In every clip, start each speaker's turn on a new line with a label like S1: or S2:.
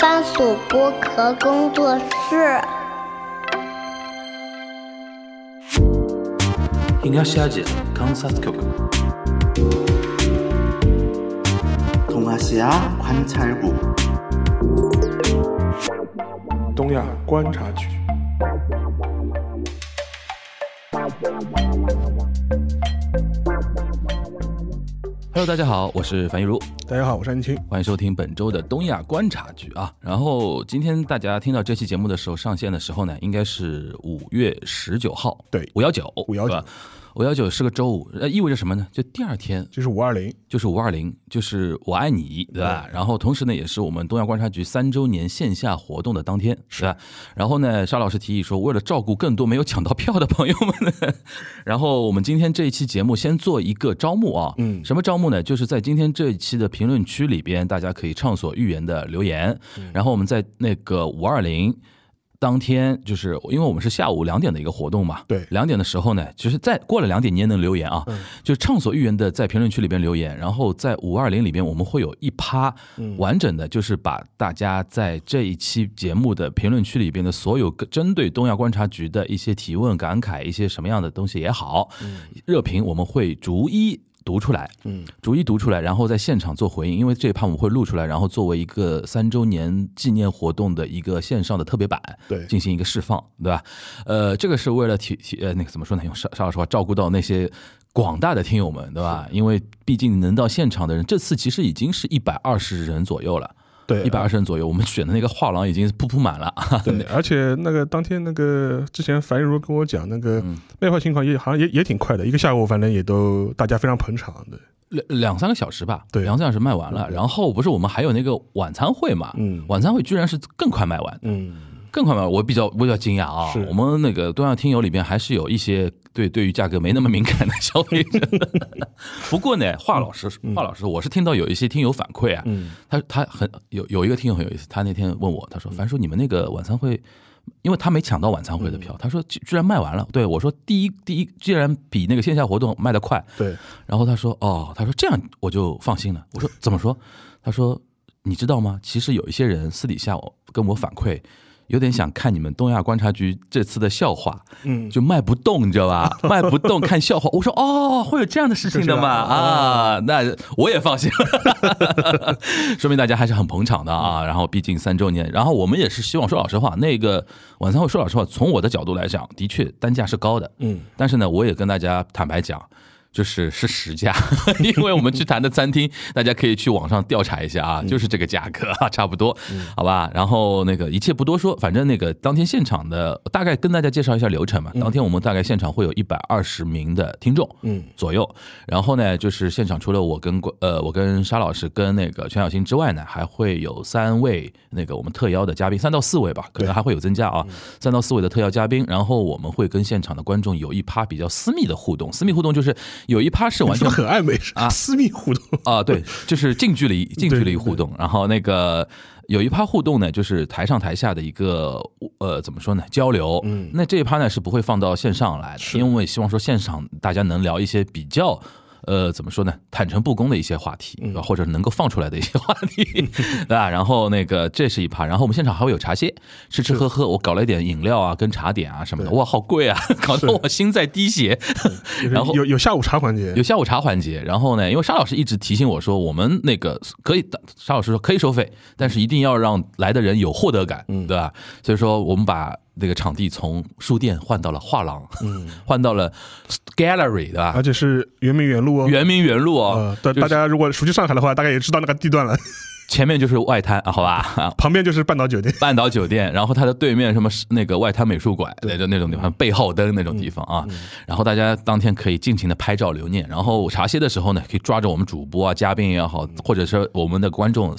S1: 番薯剥壳工作室。
S2: 東アジア観察局
S3: 동아시아 관찰국
S4: 东亚观察局。
S5: Hello，大家好，我是樊一茹，
S4: 大家好，我是安青。
S5: 欢迎收听本周的东亚观察局啊。然后今天大家听到这期节目的时候，上线的时候呢，应该是五月十九号，
S4: 对
S5: 五幺九，
S4: 519
S5: 对吧，五幺九是个周五，呃，意味着什么呢？就第二天
S4: 这是五二 零，
S5: 就是五二零，就是我爱你，对吧？然后同时呢，也是我们东亚观察局三周年线下活动的当天，是吧？然后呢，沙老师提议说，为了照顾更多没有抢到票的朋友们呢， 然后我们今天这一期节目先做一个招募啊，
S4: 嗯
S5: 什么招募呢？就是在今天这一期的评论区里边，大家可以畅所欲言的留言，然后我们在那个五二零。当天就是因为我们是下午两点的一个活动嘛，
S4: 对
S5: 两点的时候呢，其实再过了两点你也能留言啊，就是畅所欲言的在评论区里边留言，然后在五二零里边我们会有一趴完整的，就是把大家在这一期节目的评论区里边的所有个针对东亚观察局的一些提问、感慨，一些什么样的东西也好，热评我们会逐一。读出来，嗯，逐一读出来，然后在现场做回应，因为这一趴我们会录出来，然后作为一个三周年纪念活动的一个线上的特别版，
S4: 对
S5: 进行一个释放，对吧？呃，这个是为了提提呃那个怎么说呢？用沙沙老师话，照顾到那些广大的听友们，对吧？因为毕竟能到现场的人，这次其实已经是一百二十人左右了，
S4: 对呃
S5: 一百二十人左右，我们选的那个画廊已经铺铺满了，啊
S4: 对，而且那个当天那个之前樊一茹跟我讲那个
S5: 嗯
S4: 卖票情况也好像也也挺快的，一个下午反正也都大家非常捧场的。
S5: 两两三个小时吧，
S4: 对
S5: 两三个小时卖完了。然后不是我们还有那个晚餐会嘛，
S4: 嗯
S5: 晚餐会居然是更快卖完，
S4: 嗯，
S5: 更快卖完，我比较我比较惊讶啊
S4: 是。
S5: 我们那个东亚听友里边还是有一些对对于价格没那么敏感的消费者。不过呢，华老师，华老师，我是听到有一些听友反馈啊，他他很有有一个听友很有意思，他那天问我，他说：“樊叔，你们那个晚餐会。”因为他没抢到晚餐会的票，他说居居然卖完了。对我说，第一第一，居然比那个线下活动卖得快，
S4: 对，
S5: 然后他说：“哦，他说这样我就放心了。”我说：“怎么说？”他说：“你知道吗？其实有一些人私底下我跟我反馈，有点想看你们东亚观察局这次的笑话，
S4: 嗯，
S5: 就卖不动，你知 道吧？卖不动看笑话。”我说：“哦，会有这样的事情的嘛？
S4: 是这样
S5: 啊，那我也放心 了，说明大家还是很捧场的啊。然后毕竟三周年，然后我们也是希望说老实话，那个晚餐会说老实话，从我的角度来讲，的确单价是高的，
S4: 嗯，
S5: 但是呢，我也跟大家坦白讲，就是是实价， 因为我们去谈的餐厅，大家可以去网上调查一下
S4: 嗯
S5: 啊，就是这个价格啊，差不多，好吧？然后那个一切不多说，反正那个当天现场的大概跟大家介绍一下流程嘛。当天我们大概现场会有一百二十名的听众，
S4: 嗯
S5: 左右。然后呢，就是现场除了我跟郭呃我跟沙老师跟那个全小新之外呢，还会有三位那个我们特邀的嘉宾，三到四位吧，可能还会有增加啊，三到四位的特邀嘉宾。然后我们会跟现场的观众有一趴比较私密的互动，私密互动就是有一趴是完
S4: 你
S5: 全
S4: 说很爱美是
S5: 啊
S4: 私密互动。
S5: 啊，对，就是近距离近距
S4: 对
S5: 离互动，然后那个有一趴互动呢，就是台上台下的一个呃怎么说呢交流，嗯，那这一趴呢是不会放到线上来的，因为我也希望说现场大家能聊一些比较。呃，怎么说呢？坦诚不公的一些话题，对吧或者能够放出来的一些话题，对吧？然后那个这是一趴，然后我们现场还会有茶歇，吃吃喝喝。我搞了一点饮料啊，跟茶点啊什么的，哇，好贵啊，搞得我心在滴血。
S4: 就是
S5: 然后
S4: 有有下午茶环节
S5: 有，下午茶环节。然后呢，因为沙老师一直提醒我说，我们那个可以，沙老师说可以收费，但是一定要让来的人有获得感，
S4: 嗯
S5: 对吧？所以说我们把那个场地从书店换到了画廊，
S4: 嗯
S5: 换到了 gallery，对吧
S4: 而？且是圆明园路哦。
S5: 圆明园路哦
S4: 啊呃，，大
S5: 就是
S4: 大家如果熟悉上海的话，大概也知道那个地段了。
S5: 前面就是外滩，啊好吧？
S4: 旁边就是半岛酒店，
S5: 半岛酒店，然后它的对面什么是那个外滩美术馆，那种那种地方，背后灯那种地方
S4: 嗯
S5: 啊。然后大家当天可以尽情的拍照留念，然后茶歇的时候呢，可以抓着我们主播啊、嘉宾也
S4: 嗯
S5: 好，或者是我们的观众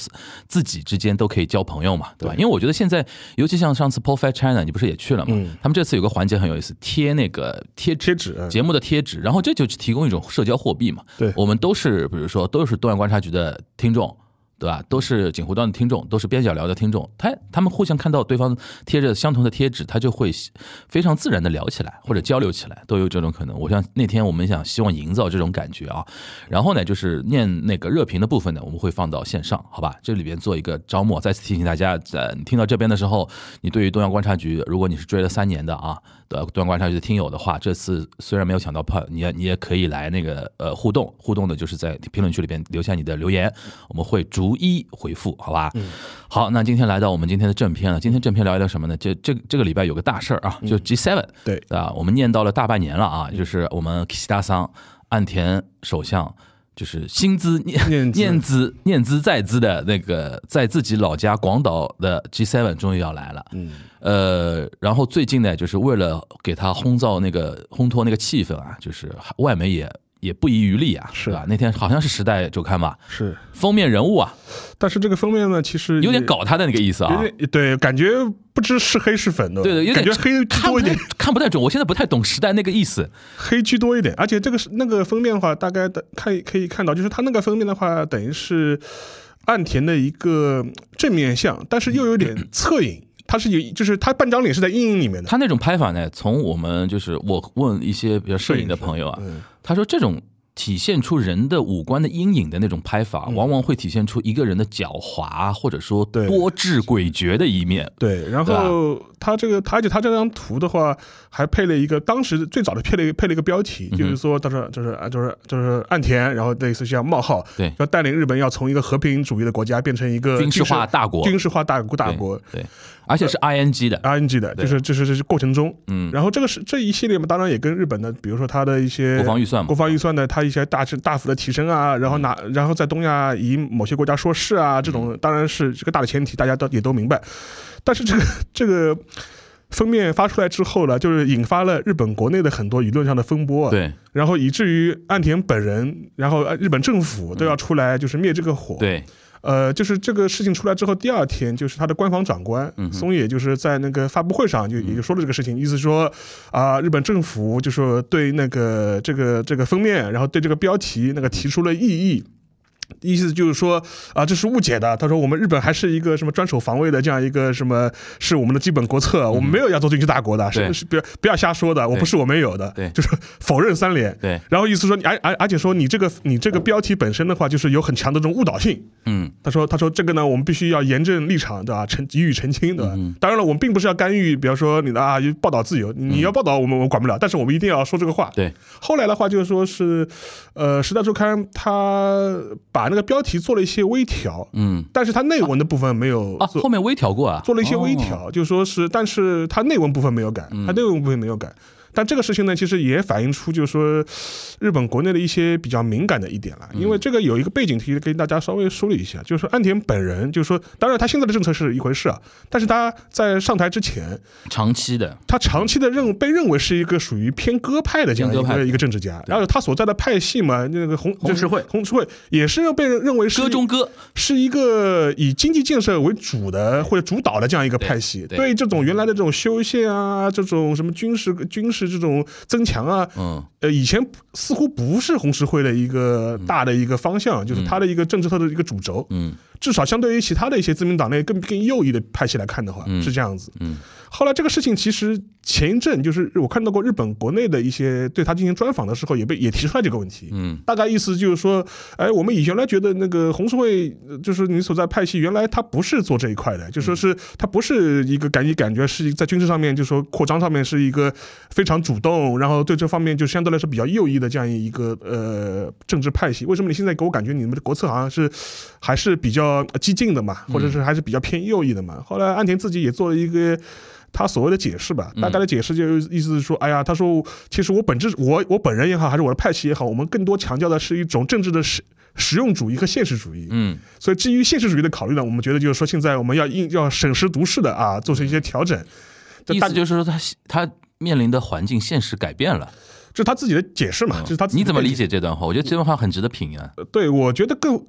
S5: 自己之间都可以交朋友嘛，对吧？因为我觉得现在，尤其像上次 Profile China，你不是也去了嘛？他们这次有个环节很有意思，贴那个贴
S4: 嗯贴纸嗯
S5: 节目的贴纸，然后这就提供一种社交货币嘛。
S4: 对
S5: 我们都是比如说都是东亚观察局的听众。对吧？都是锦湖端的听众，都是边角聊的听众，他他们互相看到对方贴着相同的贴纸，他就会非常自然的聊起来或者交流起来，都有这种可能。我想那天我们想希望营造这种感觉啊，然后呢，就是念那个热评的部分呢，我们会放到线上，好吧？这里边做一个招募，再次提醒大家，在你听到这边的时候，你对于东阳观察局，如果你是追了三年的啊，的东阳观察局的听友的话，这次虽然没有抢到票，你也你也可以来那个呃互动，互动的就是在评论区里边留下你的留言，我们会逐一回复，好吧？好，那今天来到我们今天的正片了，今天正片聊一聊什么呢？这这这个礼拜有个大事儿啊，就 G seven，
S4: 对
S5: 啊，我们念到了大半年了啊，就是我们岸田桑岸田首相。就是薪资
S4: 念
S5: 念
S4: 兹
S5: 念兹念兹在兹的那个，在自己老家广岛的 G7 终于要来了。嗯，呃，然后最近呢，就是为了给他烘造那个烘托那个气氛啊，就是外媒也也不遗余力啊，
S4: 是
S5: 对吧？那天好像是《时代周刊》吧，
S4: 是，
S5: 封面人物啊，
S4: 但是这个封面呢，其实
S5: 有
S4: 也，
S5: 点搞他的那个意思啊
S4: 有。点对，感觉不知是黑是粉的，
S5: 对对，有
S4: 感
S5: 点
S4: 觉黑居
S5: 看
S4: 多
S5: 不
S4: 一
S5: 太
S4: 点，
S5: 看不太准，我现在不太懂时代那个意思。
S4: 黑居多一点，而且这个是那个封面的话，大概的看可以看到，就是它那个封面的话，等于是岸田的一个正面像，但是又有点侧影，它是有，就是它半张脸是在阴影里面的，
S5: 他那种拍法呢，从我们就是我问一些比较摄影的朋友啊，
S4: 嗯，
S5: 他说这种体现出人的五官的阴影的那种拍法，往往会体现出一个人的狡猾或者说
S4: 嗯对
S5: 多智诡谲的一面。
S4: 对，然
S5: 啊
S4: 后他这个，他而且他这张图的话，还配了一个当时最早的配了一个配了一个标题，
S5: 嗯
S4: 就是说他说就是啊就是就是岸田，然后类似像冒号，
S5: 对
S4: 要带领日本要从一个和平主义的国家变成一个
S5: 军事化大国
S4: 军事化大国大
S5: 对
S4: 国。
S5: 对，而且是 ing 的，
S4: RNG 的，
S5: 对
S4: 就是就是这是过程中，
S5: 嗯
S4: 然后这个是这一系列嘛，当然也跟日本的，比如说它的一些
S5: 国防预算嘛嗯
S4: 国防预算的它一些大大幅的提升啊，然后拿然后在东亚以某些国家说事啊，这种当然是这个大的前提，大家都也都明白。但是这个这个封面发出来之后呢，就是引发了日本国内的很多舆论上的风波、啊，，
S5: 对
S4: 然后以至于岸田本人，然后呃日本政府
S5: 嗯
S4: 都要出来就是灭这个火，
S5: 对，
S4: 呃，就是这个事情出来之后，第二天就是他的官方长官、
S5: 嗯
S4: 松野，就是在那个发布会上就也就说了这个事情，意思说啊、日本政府就是对那个这个这个封面，然后对这个标题那个提出了异议。意思就是说，啊、这是误解的。他说，我们日本还是一个什么专守防卫的这样一个什么，是我们的基本国策，我们没有要做军事大国的，
S5: 嗯对
S4: 是是不要不要瞎说的，我不是我们有的，
S5: 对
S4: 就是否认三连，
S5: 对哦
S4: 然后意思说你，而而而且说你这个你这个标题本身的话，就是有很强的这种误导性，
S5: 嗯，
S4: 他说：“他说这个呢，我们必须要严正立场，对吧？澄予以澄清，对
S5: 嗯
S4: 吧？当然了，我们并不是要干预，比方说你的啊报道自由，你要报道我们我们管不了，但是我们一定要说这个话。
S5: 嗯对，
S4: 后来的话就是说是，呃，《时代周刊》它把那个标题做了一些微调，
S5: 嗯
S4: 但是它内文的部分没有
S5: 啊，
S4: 做
S5: 后面微调过啊，
S4: 做了一些微
S5: 哦，嗯
S4: 调，就说是，但是它内文部分没有改，它内文部分没有改。但这个事情呢，其实也反映出就是说日本国内的一些比较敏感的一点了，
S5: 嗯
S4: 因为这个有一个背景题跟大家稍微梳理一下，就是说岸田本人，就是说，当然他现在的政策是一回事啊，但是他在上台之前，
S5: 长期的，
S4: 他长期的认被认为是一个属于偏鸽派的这样一
S5: 偏鸽派
S4: 个一个政治家，然后他所在的派系嘛，那个红
S5: 红十会
S4: 红十会也是被认认为是
S5: 歌中歌，
S4: 是一个以经济建设为主的或者主导的这样一个派系，
S5: 对对
S4: 对这种原来的这种修宪啊，这种什么军事军事这种增强啊，
S5: 嗯，
S4: 呃，以前似乎不是红十会的一个大的一个方向，就是它的一个政治它的一个主轴，
S5: 嗯，
S4: 至少相对于其他的一些自民党内更更右翼的派系来看的话，
S5: 嗯
S4: 是这样子，
S5: 嗯。
S4: 后来这个事情其实前一阵就是我看到过日本国内的一些对他进行专访的时候，也被也提出来这个问题，
S5: 嗯，
S4: 大概意思就是说，哎，我们以前来觉得那个红十会，呃就是你所在派系，原来他不是做这一块的，就说是他不是一个感你感觉是在军事上面，就说扩张上面是一个非常主动，然后对这方面就相对来说比较右翼的这样一个呃政治派系。为什么你现在给我感觉你们的国策好像是还是比较激进的嘛，
S5: 嗯
S4: 或者是还是比较偏右翼的嘛？后来岸田自己也做了一个。他所谓的解释
S5: 嗯
S4: 吧，大概的解释就是意思是说，哎呀，他说其实我本质我我本人也好，还是我的派系也好，我们更多强调的是一种政治的实实用主义和现实主义。
S5: 嗯，
S4: 所以基于现实主义的考虑呢，我们觉得就是说，现在我们要应要审时度势的啊，做出一些调整。这
S5: 意
S4: 大
S5: 思就是说他他面临的环境现实改变了，
S4: 这是他自己的解释嘛，这是他自己
S5: 嗯你怎么
S4: 的
S5: 理解这段话？我觉得这段话很值得品啊，
S4: 对，我觉得各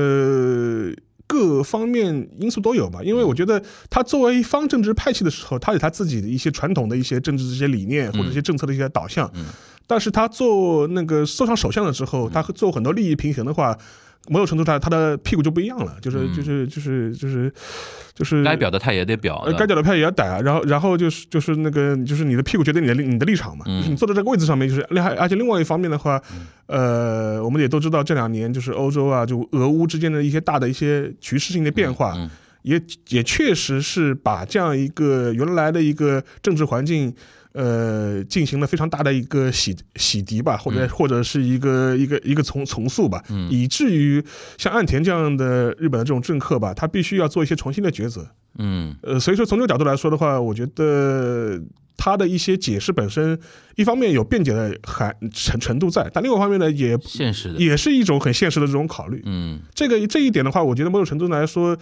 S4: 呃各方面因素都有吧，因为我觉得他作为一方政治派系的时候，他有他自己的一些传统的一些政治这些理念或者一
S5: 嗯
S4: 些政策的一些导
S5: 嗯
S4: 向，但是他做那个坐上首相了之后，他做很多利益平衡的话。某种程度上他的屁股就不一样了，就是就是就是就是就是
S5: 嗯该表的态也得表
S4: 呃，
S5: 的，
S4: 该缴的票也要逮啊，然后然后就是就是那个就是你的屁股决定你的立你的立场嘛，就是你坐在这个位置上面，就是另外而且另外一方面的话，呃，我们也都知道这两年就是欧洲啊，就俄乌之间的一些大的一些局势性的变化，也也确实是把这样一个原来的一个政治环境。呃，进行了非常大的一个洗洗涤吧，或者、或者是一个一个一个重重塑吧，以至于像岸田这样的日本的这种政客吧，他必须要做一些重新的抉择。
S5: 嗯
S4: 呃，所以说从这个角度来说的话，我觉得他的一些解释本身，一方面有辩解的含程程度在，但另外一方面呢，也
S5: 现实的，
S4: 也是一种很现实的这种考虑。
S5: 嗯
S4: 这个这一点的话，我觉得某种程度来说。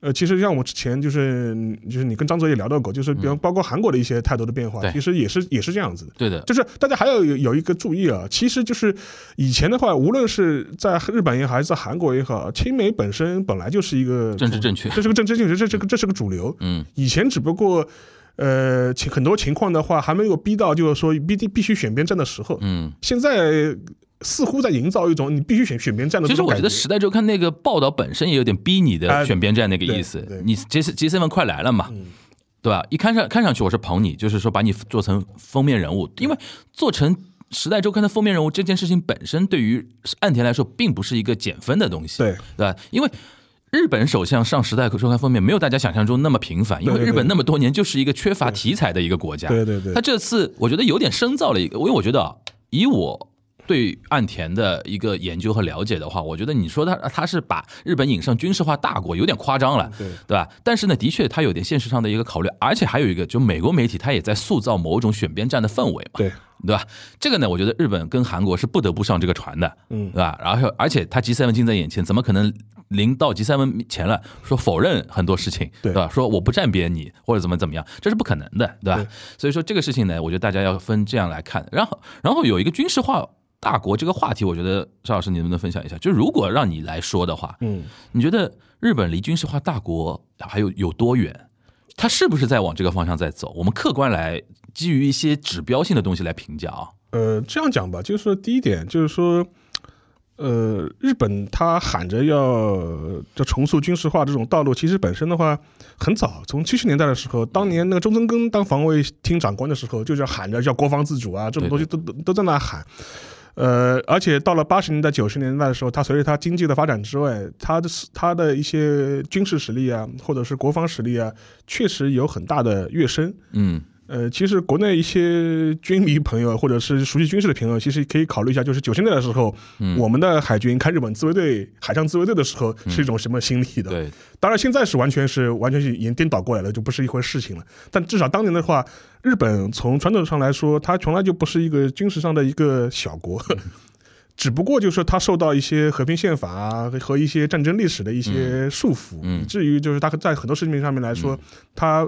S4: 呃，其实像我之前就是就是你跟张哲也聊到过，就是比方包括韩国的一些态度的变化，
S5: 嗯对
S4: 其实也是也是这样子的。
S5: 对的，
S4: 就是大家还要有有一个注意啊，其实就是以前的话，无论是在日本也好，还是在韩国也好，亲美本身本来就是一个
S5: 政治正确
S4: 这是个政治正确，这这个这是个主流。
S5: 嗯
S4: 以前只不过，呃，情很多情况的话还没有逼到，就是说必定必须选边站的时候。
S5: 嗯。
S4: 现在似乎在营造一种你必须选选边站的
S5: 其
S4: 这
S5: 实
S4: 种
S5: 我
S4: 感
S5: 觉得《时代周刊》那个报道本身也有点逼你
S4: 哎
S5: 的选边站那个意
S4: 对
S5: 思
S4: 对。嗯
S5: 你杰森杰森们快来了嘛，对吧？一看上看上去我是捧你，就是说把你做成封面人物，因为做成《时代周刊》的封面人物这件事情本身对于岸田来说并不是一个减分的东西，
S4: 对
S5: 对吧？因为日本首相上《时代周刊》封面没有大家想象中那么频繁，因为
S4: 对对
S5: 日本
S4: 对
S5: 那么多年就是一个缺乏题材的一个国家，
S4: 对对对
S5: 他这次我觉得有点深造了一个，因为我觉得啊，以我对岸田的一个研究和了解的话，我觉得你说他他是把日本引上军事化大国，有点夸张了，对吧？但是呢，的确他有点现实上的一个考虑，而且还有一个，就美国媒体他也在塑造某种选边站的氛围嘛，
S4: 对
S5: 对吧？这个呢，我觉得日本跟韩国是不得不上这个船的，嗯，对吧？然后而且他 G 7近在眼前，怎么可能临到 G 7前了说否认很多事情，
S4: 对
S5: 吧？说我不站边你或者怎么怎么样，这是不可能的，对吧？所以说这个事情呢，我觉得大家要分这样来看。然后，然后有一个军事化。大国这个话题，我觉得邵老师你能不能分享一下？就如果让你来说的话，嗯，你觉得日本离军事化大国还有有多远？它是不是在往这个方向在走？我们客观来基于一些指标性的东西来评价啊。
S4: 呃，这样讲吧，就是说第一点就是说。呃，日本它喊着要这重塑军事化这种道路，其实本身的话很早，从七十年代的时候，当年那个中曾根当防卫厅长官的时候，就是要喊着要国防自主啊，这种东西都都都在那喊。呃，而且到了八十年代、九十年代的时候，它随着它经济的发展之外，它的它的一些军事实力啊，或者是国防实力啊，确实有很大的跃升。
S5: 嗯
S4: 呃，其实国内一些军迷朋友或者是熟悉军事的朋友，其实可以考虑一下，就是九十年代的时候，我们的海军开日本自卫队、海上自卫队的时候，是一种什么心理的？
S5: 对，
S4: 当然现在是完全是完全是已经颠倒过来了，就不是一回事情了。但至少当年的话，日本从传统上来说，它从来就不是一个军事上的一个小国。 只不过就是它受到一些和平宪法啊和一些战争历史的一些束缚，
S5: 嗯嗯嗯
S4: 以至于就是它在很多事情上面来说，它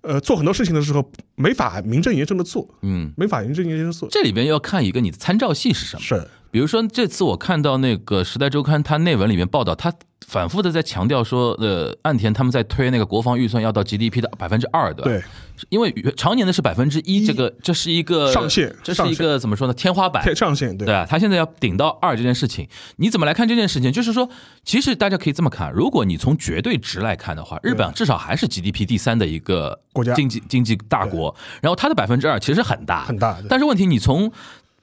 S4: 呃做很多事情的时候没法名正言顺的做，
S5: 嗯，
S4: 没法名正言顺的做。
S5: 这里边要看一个你的参照系是什么。
S4: 是，
S5: 比如说这次我看到那个《时代周刊》它内文里面报道，它反复的在强调说，呃，岸田他们在推那个国防预算要到 GDP 的百分之二，对吧？
S4: 对，
S5: 因为原常年的是百分之一，这个这是一个
S4: 上限
S5: 这是一
S4: 上
S5: 个怎么说呢？天花板
S4: 贴。上限对
S5: 对啊，他现在要顶到二这件事情，你怎么来看这件事情？就是说，其实大家可以这么看，如果你从绝对值来看的话，日本至少还是 GDP 第三的一个
S4: 国家
S5: 经济经济大国，然后它的百分之二其实很大
S4: 很大对
S5: 但是问题你从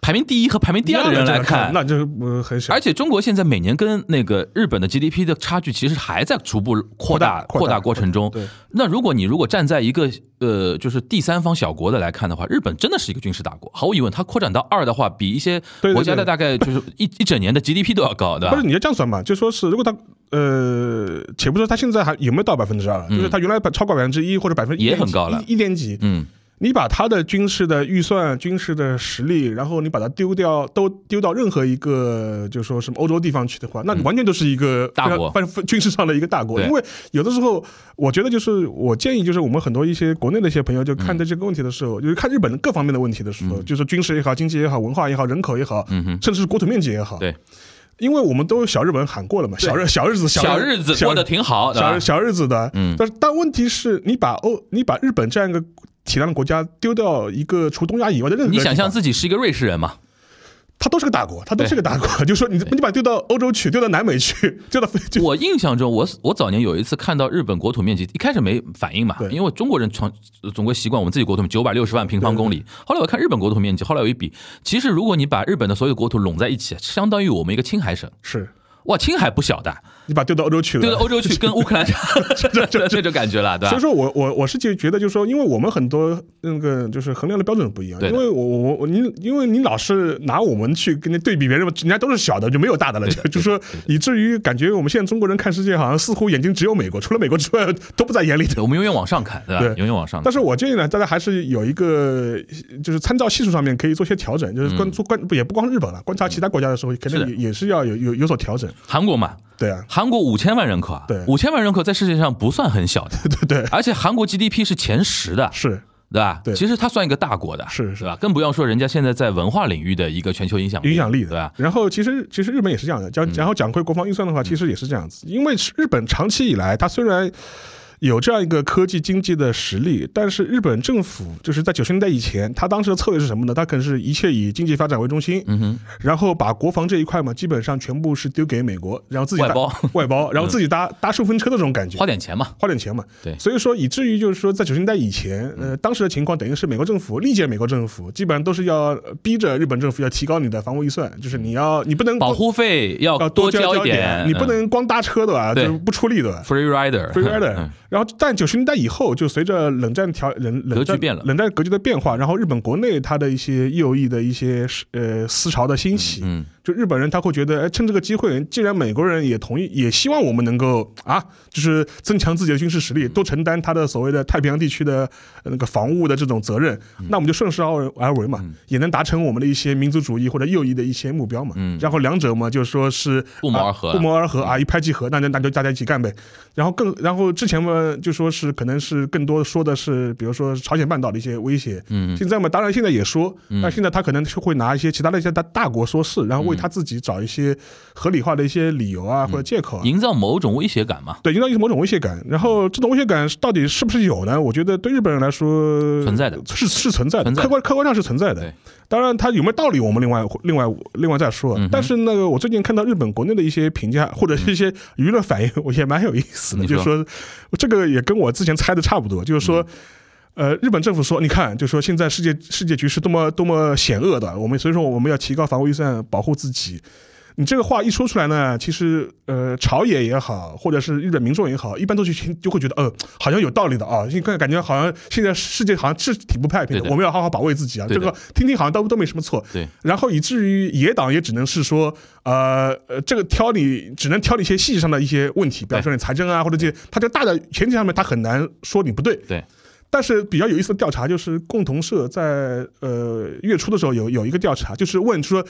S5: 排名第一和排名第二的人来看，
S4: 那就是呃很小
S5: 而。且中国现在每年跟那个日本的 GDP 的差距，其实还在逐步扩大
S4: 扩大扩大
S5: 过程中
S4: 扩大对。
S5: 那如果你如果站在一个呃，就是第三方小国的来看的话，日本真的是一个军事大国，毫无疑问，它扩展到二的话，比一些
S4: 对对
S5: 国家的
S4: 对
S5: 大概就是一一整年的 GDP 都要高，对
S4: 不
S5: 吧
S4: 是？你要这样算吧，就说是如果他呃，且不说他现在还有没有到百分之二，就是他原来超过百分之一或者百分之
S5: 嗯也很高了
S4: 一一点几，
S5: 嗯，
S4: 你把他的军事的预算、军事的实力，然后你把它丢掉，都丢到任何一个，就是说什么欧洲地方去的话，那你完全就是一个
S5: 嗯大国
S4: 非常非常军事上的一个大国。
S5: 对
S4: 因为有的时候，我觉得就是我建议，就是我们很多一些国内的一些朋友，就看待这个问题的时
S5: 嗯
S4: 候，就是看日本的各方面的问题的时候，就是军事也好、经济也好、文化也好、人口也好，
S5: 嗯哼
S4: 甚至是国土面积也好，
S5: 对。
S4: 因为我们都小日本喊过了嘛，小日小日子
S5: 小日子
S4: 小
S5: 过得挺好，哦对
S4: 小
S5: 吧
S4: 日？小日子的，
S5: 嗯
S4: 但是但问题是你把欧你把日本这样一个体量的国家丢掉一个除东亚以外的任何
S5: 你想象
S4: 己
S5: 自己是一个瑞士人嘛？
S4: 它都是个大国，它都是个大国。就说你你把它丢到欧洲去，丢到南美去， 丢到非就
S5: 我印象中，我我早年有一次看到日本国土面积，一开始没反应嘛
S4: 对，
S5: 因为中国人从总归习惯我们自己国土九百六十万平方公里。后来我看日本国土面积，后来有一比，其实如果你把日本的所有国土拢在一起，相当于我们一个青海省。
S4: 是
S5: 哇，青海不小的，
S4: 你把它丢到欧洲去了，
S5: 对到欧洲去跟乌 克兰差 那种感觉了，对
S4: 所以
S5: 吧？
S4: 说我我我是就觉得，就是说，因为我们很多那个就是衡量的标准不一样，
S5: 对
S4: 因
S5: 的
S4: 为我我我你因为你老是拿我们去跟你对比别人，人家都是小的，就没有大的了，
S5: 对
S4: 就
S5: 的
S4: 就说以至于感觉我们现在中国人看世界好像似乎眼睛只有美国，除了美国之外都不在眼里的。
S5: 我们永远往上看，对吧？
S4: 对
S5: 永远往上看。
S4: 但是我建议呢，大家还是有一个，就是参照系数上面可以做些调整，就是观做观也不光是日本了，观察其他国家的时候，可
S5: 嗯是
S4: 能
S5: 的
S4: 也也是要有有有所调整。
S5: 韩国嘛，
S4: 对啊，
S5: 韩国五千万人口啊
S4: 对，
S5: 五千万人口在世界上不算很小的，
S4: 对对
S5: 而且韩国 GDP 是前十的，
S4: 是，
S5: 对吧？
S4: 对
S5: 其实它算一个大国的，
S4: 是是
S5: 吧？更不要说人家现在在文化领域的一个全球影响
S4: 影响力的，
S5: 对啊嗯吧？
S4: 然后其实其实日本也是这样的，讲然后讲回国防预算的
S5: 嗯
S4: 话，其实也是这样子，因为日本长期以来，它虽然。有这样一个科技经济的实力，但是日本政府就是在九十年代以前，它当时的策略是什么呢？它可能是一切以经济发展为中心，
S5: 嗯哼，
S4: 然后把国防这一块嘛，基本上全部是丢给美国，然后自己搭
S5: 外包嗯
S4: 外包，然后自己搭、搭顺风车的这种感觉
S5: 花。点钱嘛，
S4: 花点钱嘛。
S5: 对嗯
S4: 所以说以至于就是说，在九十年代以前，呃，当时的情况等于是美国政府历届美国政府基本上都是要呃逼着日本政府要提高你的防务预算，就是你要你不能
S5: 保
S4: 光
S5: 护费要
S4: 嗯要
S5: 多
S4: 交
S5: 交一嗯
S4: 点，你不能光搭车的吧，
S5: 对
S4: 就是不出力的吧。
S5: free rider
S4: free rider，
S5: 嗯
S4: 然后但九十年代以后，就随着冷战调冷冷
S5: 格
S4: 战
S5: 局变了
S4: 冷战格局的变化，然后日本国内它的一些右翼的一些呃思潮的兴起，
S5: 嗯，
S4: 就日本人他会觉得，哎，趁这个机会，既然美国人也同意，也希望我们能够啊，就是增强自己的军事实力，多承担他的所谓的太平洋地区的呃那个防务的这种责任，
S5: 嗯
S4: 那我们就顺势而而为嘛，也能达成我们的一些民族主义或者右翼的一些目标嘛。
S5: 嗯
S4: 然后两者嘛，就说是
S5: 不谋而合
S4: 啊不谋而合啊，一拍即合，那就那就大家一起干呗。然后更然后之前嘛，就说是可能是更多说的是，比如说朝鲜半岛的一些威胁，
S5: 嗯
S4: 现在嘛，当然现在也说，但现在他可能是会拿一些其他的一些大大国说事，然后为他自己找一些合理化的一些理由啊、或者借口啊。
S5: 营造某种威胁感嘛，
S4: 对，营造一种某种威胁感，然后这种威胁感到底是不是有呢？我觉得对日本人来说
S5: 存在的
S4: 是是存在的，
S5: 存在的
S4: 客观客观上是存在的
S5: 对。
S4: 当然，它有没有道理，我们另外另外另外再
S5: 嗯
S4: 说。但是那个，我最近看到日本国内的一些评价或者是一些舆论反应，我也蛮有意思的，
S5: 你
S4: 就
S5: 说
S4: 是说这个也跟我之前猜的差不多，就是说。
S5: 嗯
S4: 呃，日本政府说，你看，就说现在世界世界局势多么多么险恶的，我们所以说我们要提高防务预算，保护自己。你这个话一说出来呢，其实呃，朝野也好，或者是日本民众也好，一般都去听，就会觉得，呃，好像有道理的啊。你看，感觉好像现在世界好像是挺不太平的，
S5: 对的
S4: 我们要好好保卫自己啊。
S5: 对
S4: 这
S5: 的
S4: 个听听好像都都没什么错。
S5: 对。
S4: 然后以至于野党也只能是说，呃呃，这个挑你只能挑你一些细节上的一些问题，比方说你财政啊或者这些，他这个大的前提上面他很难说你不对。
S5: 对。
S4: 但是比较有意思的调查就是，共同社在呃月初的时候有有一个调查，就是问说，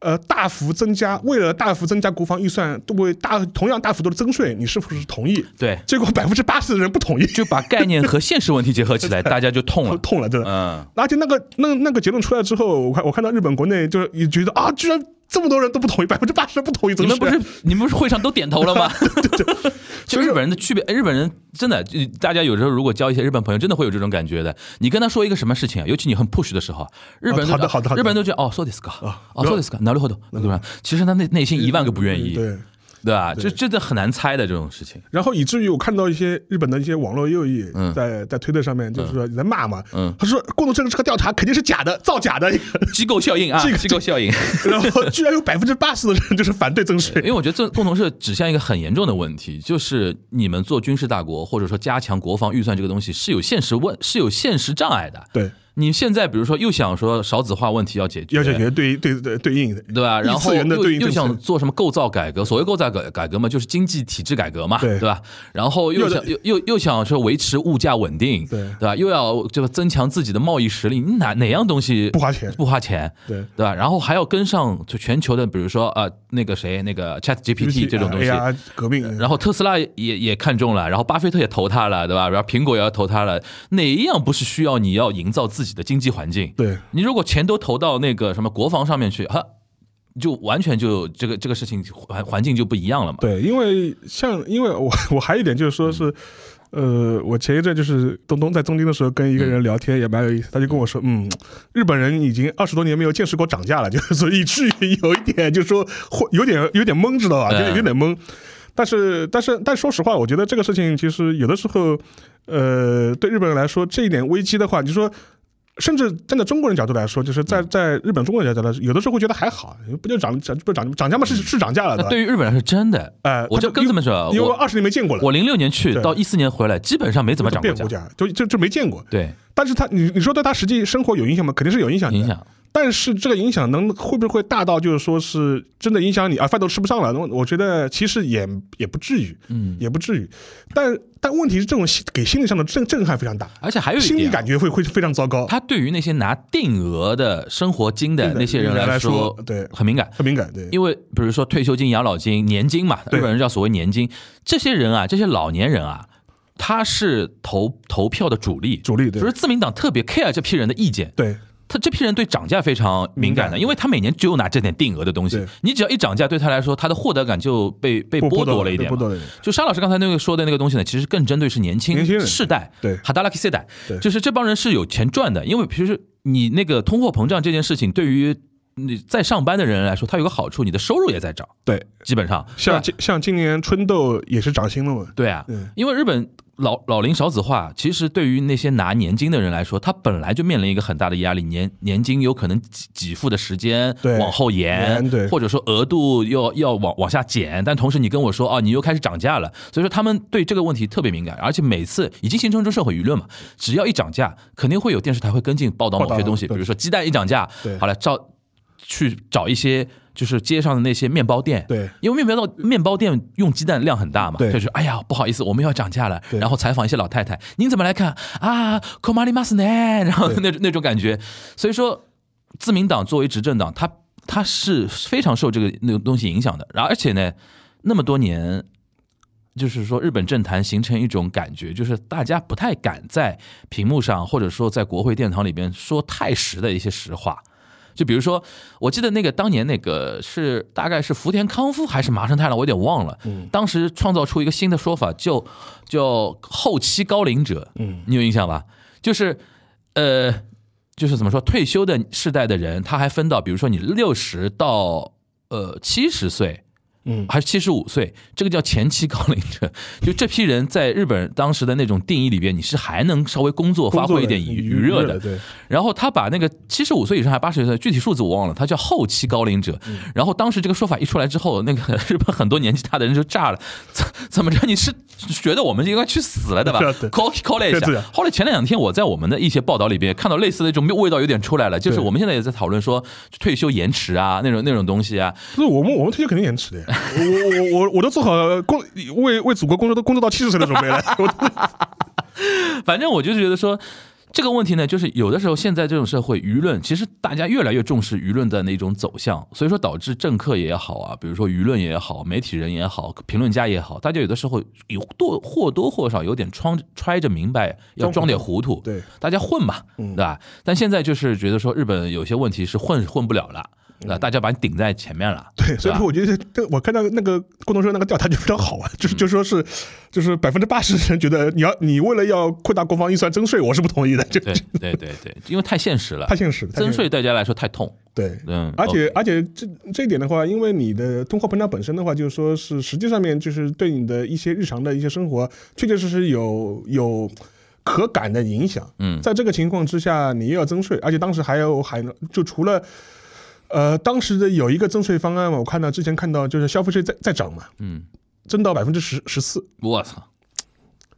S4: 呃，大幅增加，为了大幅增加国防预算，对不对？大同样大幅度的增税，你是不是同意？
S5: 对，
S4: 结果百分之八十的人不同意，
S5: 就把概念和现实问题结合 起来，大家就痛了，
S4: 痛了，对吧？
S5: 嗯，
S4: 而且那个那那个结论出来之后，我看我看到日本国内就是也觉得啊，居然这么多人都不同意，百分之八十不同意，怎
S5: 你
S4: 么
S5: 们不是你们不是会上都点头了 吗？ 就日本人的区别，哎日本人真的，就大家有时候如果交一些日本朋友，真的会有这种感觉的。你跟他说一个什么事情啊，尤其你很 push 的时候，日本人就
S4: 啊好的好的好的啊
S5: 日本人都觉得哦，so this 哦
S4: 不要
S5: ，so this 哪里会的，对吧？其实他内内心一万个不愿意，
S4: 对。
S5: 对吧？这真的很难猜的这种事情。
S4: 然后以至于我看到一些日本的一些网络右翼
S5: 嗯
S4: 在、在推特上面就是说在骂嘛，
S5: 嗯
S4: 他说共同这个这个调查肯定是假的，造假的，
S5: 机构效应啊，
S4: 这个
S5: 机构效应。
S4: 然后居然有百分之八十的人 就是反对增
S5: 因
S4: 税，
S5: 为我觉得这共同社指向一个很严重的问题，就是你们做军事大国，或者说加强国防预算这个东西是有现实问，是有现实障碍的。
S4: 对，
S5: 你现在比如说又想说少子化问题要解决，
S4: 要解决对对对对应的，
S5: 对吧？然
S4: 异
S5: 后
S4: 次元的
S5: 又
S4: 对应
S5: 又
S4: 政策
S5: 想做什么构造改革？所谓构造改改革嘛，就是经济体制改革嘛，
S4: 对
S5: 对吧？然后又
S4: 又
S5: 想又又又想说维持物价稳定，
S4: 对
S5: 对吧？又要这个增强自己的贸易实力，你哪哪样东西
S4: 不花钱
S5: 不花钱，
S4: 对
S5: 对吧？然后还要跟上就全球的，比如说啊、呃那个谁那个 Chat GPT 这种东西。
S4: ，AI 革命，
S5: 然后特斯拉也也看中了，然后巴菲特也投他了，对吧？然后苹果也要投他了，哪一样不是需要你要营造自己的经济环境？
S4: 对
S5: 你如果钱都投到那个什么国防上面去，哈，就完全就这个这个事情环环境就不一样了嘛。嗯
S4: 对，因为像因为我我还有一点就是说是，呃，我前一阵就是东东在东京的时候跟一个
S5: 嗯
S4: 人聊天，也蛮有意思，他就跟我说，嗯，日本人已经二十多年没有见识过涨价了， 就是所以以至于有一点就是说会有点有点懵，知道吧？
S5: 嗯
S4: 有点有点懵。但是但是但说实话，我觉得这个事情其实有的时候，呃，对日本人来说这一点危机的话，你说。甚至站在中国人角度来说，就是
S5: 嗯
S4: 在在日本中国人角度来说，有的时候会觉得还好，不就涨涨不涨涨价嘛，是是涨价了，
S5: 那
S4: 吧？
S5: 对于日本人是真的，
S4: 哎
S5: 我
S4: 他
S5: 就
S4: 们
S5: 跟他们说，
S4: 因为
S5: 我
S4: 二十年没见过了，
S5: 我零六年去
S4: 对
S5: 到一四年回来，基本上没怎么涨
S4: 变
S5: 过价，
S4: 价，就就就没见过。
S5: 对，
S4: 但是他，你你说对他实际生活有影响吗？肯定是有影响的。
S5: 影。响
S4: 但是这个影响能会不会大到就是说是真的影响你啊，饭都吃不上了？我我觉得其实也也不至于，
S5: 嗯，
S4: 也不至于。但但问题是，这种心给心理上的震震撼非常大，
S5: 而且还有一
S4: 心理
S5: 点啊，
S4: 感觉会会非常糟糕，
S5: 他对于那些拿定额的生活金的那些人
S4: 来
S5: 说，
S4: 对，
S5: 很敏感。
S4: 很敏感，对，
S5: 因为比如说退休金、养老金、年金嘛，
S4: 对
S5: 日本人叫所谓年金，这些人啊，这些老年人啊，他是投投票的主力，
S4: 主力
S5: 就
S4: 对
S5: 是自民党特别 care 这批人的意见。
S4: 对
S5: 他这批人对涨价非常敏感
S4: 敏
S5: 的，
S4: 感
S5: 因为他每年只有拿这点定额的东西
S4: 对，
S5: 你只要一涨价，对他来说，他的获得感就被被
S4: 剥
S5: 剥
S4: 夺
S5: 夺
S4: 了
S5: 了一
S4: 对
S5: 点嘛
S4: 剥夺了一点。
S5: 就沙老师刚才那个说的那个东西呢，其实更针对是年轻
S4: 年轻人
S5: 世代，
S4: 对
S5: 哈达拉克世代
S4: 对，
S5: 就是这帮人是有钱赚的，因为平时你那个通货膨胀这件事情，对于你在上班的人来说，它有个好处，你的收入也在涨，
S4: 对，
S5: 基本上
S4: 像
S5: 对吧
S4: 今像今年春豆也是涨薪了嘛，
S5: 对啊
S4: 嗯，
S5: 因为日本老老龄少子化，其实对于那些拿年金的人来说，他本来就面临一个很大的压力，年年金有可能给给付的时间
S4: 对
S5: 往后延
S4: 延，对
S5: 或者说额度要要往往下减，但同时你跟我说哦，你又开始涨价了，所以说他们对这个问题特别敏感，而且每次已经形成一种社会舆论嘛，只要一涨价，肯定会有电视台会跟进报道
S4: 报道
S5: 某些东西，比
S4: 对
S5: 如说鸡蛋一涨价
S4: 对，
S5: 好了，照去找一些。就是街上的那些面包店，
S4: 对
S5: 因为面包到面包店用鸡蛋量很大嘛，
S4: 对
S5: 就是哎呀，不好意思，我们要涨价了。
S4: 对
S5: 然后采访一些老太太，您怎么来看啊？Komari mas 呢？然后那那种感觉，所以说，自民党作为执政党，它它是非常受这个那个东西影响的。然后而且呢，那么多年，就是说日本政坛形成一种感觉，就是大家不太敢在屏幕上或者说在国会殿堂里边说太实的一些实话。就比如说，我记得那个当年那个是大概是福田康夫还是麻生太郎，我有点忘了。当时创造出一个新的说法，叫叫后期高龄者。嗯，你有印象吧？就是呃，就是怎么说，退休的世代的人，他还分到，比如说你六十到呃七十岁。
S4: 嗯
S5: 还是七十五岁，这个叫前期高龄者。就这批人在日本当时的那种定义里边，你是还能稍微工作发
S4: 工作
S5: 挥一点
S4: 的
S5: 余
S4: 余
S5: 余热
S4: 热
S5: 的
S4: 的，。对，
S5: 然后他把那个七十五岁以上还八十岁，具体数字我忘了，他叫后期高龄者。
S4: 嗯
S5: 然后当时这个说法一出来之后，那个日本很多年纪大的人就炸了， 怎怎么着？你是觉得我们应该去死了对吧
S4: 是啊对
S5: ？call call 了一
S4: 对对
S5: 下
S4: 啊。
S5: 后来前两天我在我们的一些报道里边看到类似的一种味道有点出来了，就是
S4: 对
S5: 我们现在也在讨论说退休延迟啊那种那种东西啊，
S4: 不是我们我们退休肯定延 迟的呀，我我我我都做好工为为祖国工作都工作到七十岁的准 备了，我
S5: 反正我就是觉得说。这个问题呢，就是有的时候现在这种社会舆论，其实大家越来越重视舆论的那种走向，所以说导致政客也好啊，比如说舆论也好，媒体人也好，评论家也好，大家有的时候有多或多或少有点装揣着明白，要装点糊涂，
S4: 对，嗯
S5: 大家混嘛，对吧？但现在就是觉得说日本有些问题是混混不了了，
S4: 嗯
S5: 对吧？大家把你顶在前 面了，
S4: 对，所以
S5: 吧
S4: 说我觉得这我看到那个共同社那个调查就非常好玩，就是就说是就是百分之八十的人觉得你要你为了要扩大国防预算征税，我是不同意的，就
S5: 对
S4: 就
S5: 对对对，因为太现实了
S4: 太，现实了，太
S5: 增
S4: 现实了
S5: 税对大家来说太痛，
S4: 对。
S5: 嗯，
S4: 而且
S5: OK
S4: 而且这这一点的话，因为你的通货膨胀本身的话，就是说是实际上面就是对你的一些日常的一些生活，确确实实有有可感的影响。
S5: 嗯
S4: 在这个情况之下，你又要增税，而且当时还有还就除了。呃，当时的有一个增税方案嘛，我看到之前看到就是消费税在在涨嘛，
S5: 嗯，
S4: 增到百分之十十四，
S5: 我操，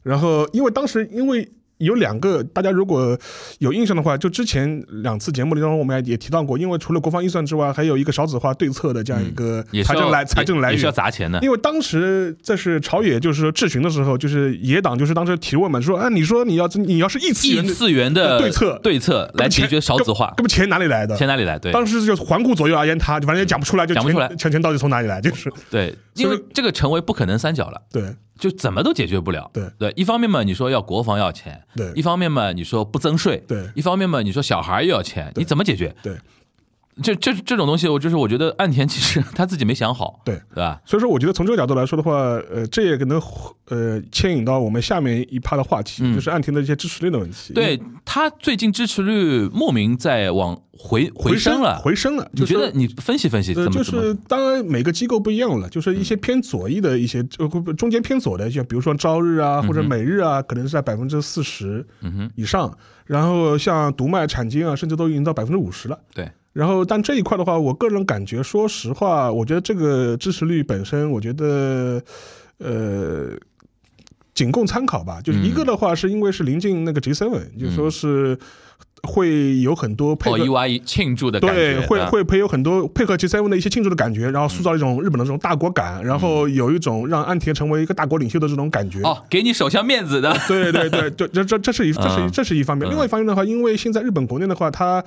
S4: 然后因为当时因为有两个，大家如果有印象的话，就之前两次节目里当中我们也也提到过，因为除了国防预算之外，还有一个少子化对策的这样一个
S5: 嗯也是
S4: 财政
S5: 要
S4: 来、
S5: 也
S4: 财政来
S5: 也是要
S4: 源。
S5: 砸钱的，
S4: 因为当时这是朝野就是说质询的时候，就是野党就是当时提问嘛，说啊，你说你要你要是异次
S5: 异
S4: 元的
S5: 次元的
S4: 对策
S5: 对策来解决少子化
S4: 那，么钱哪里来的？
S5: 钱哪里来？对
S4: 当时就环顾左右而言他，反正也讲不出来，就
S5: 讲不出来
S4: 钱钱钱到底从哪里来，就是
S5: 对，
S4: 所以
S5: 因为这个成为不可能三角了。
S4: 对
S5: 就怎么都解决不了。
S4: 对
S5: 对，一方面嘛，你说要国防要钱；
S4: 对
S5: 一方面嘛，你说不增税；
S4: 对
S5: 一方面嘛，你说小孩又要钱，你怎么解决？
S4: 对。
S5: 这这这种东西，我就是我觉得岸田其实 他自己没想好，
S4: 对
S5: 对吧？
S4: 所以说，我觉得从这个角度来说的话，呃，这也可能呃牵引到我们下面一趴的话题，
S5: 嗯
S4: 就是岸田的一些支持率的问题。
S5: 对他最近支持率莫名在往回
S4: 回
S5: 回升了，
S4: 回升了。
S5: 你
S4: 就是
S5: 觉得你分析分析
S4: 呃，
S5: 怎
S4: 就
S5: 么怎么哦嗯
S4: 是当然每个机构不一样了，就是一些偏左翼的一些，呃，不不中间偏左的，像比如说朝日啊或
S5: 嗯
S4: 者每日啊，可能是在百分之四十以上，然后像读卖、产经啊，甚至都已经到百分之五十了。
S5: 对，
S4: 然后，但这一块的话，我个人感觉，说实话，我觉得这个支持率本身，我觉得，呃，仅供参考吧。就是一
S5: 嗯
S4: 个的话，是因为是临近那个 G7，、就说是会有很多配合。
S5: 哦意外庆祝的感觉，
S4: 对，会
S5: 啊
S4: 会配有很多配合 G7 的一些庆祝的感觉，然后塑造一种日本的这种大国感，然后有一种让安田成为一个大国领袖的这种感觉。
S5: 嗯哦，给你首相面子的，
S4: 对对对，就这这这是一这是一
S5: 嗯
S4: 这是一方面，
S5: 嗯
S4: 另外一方面的话，因为现在日本国内的话，它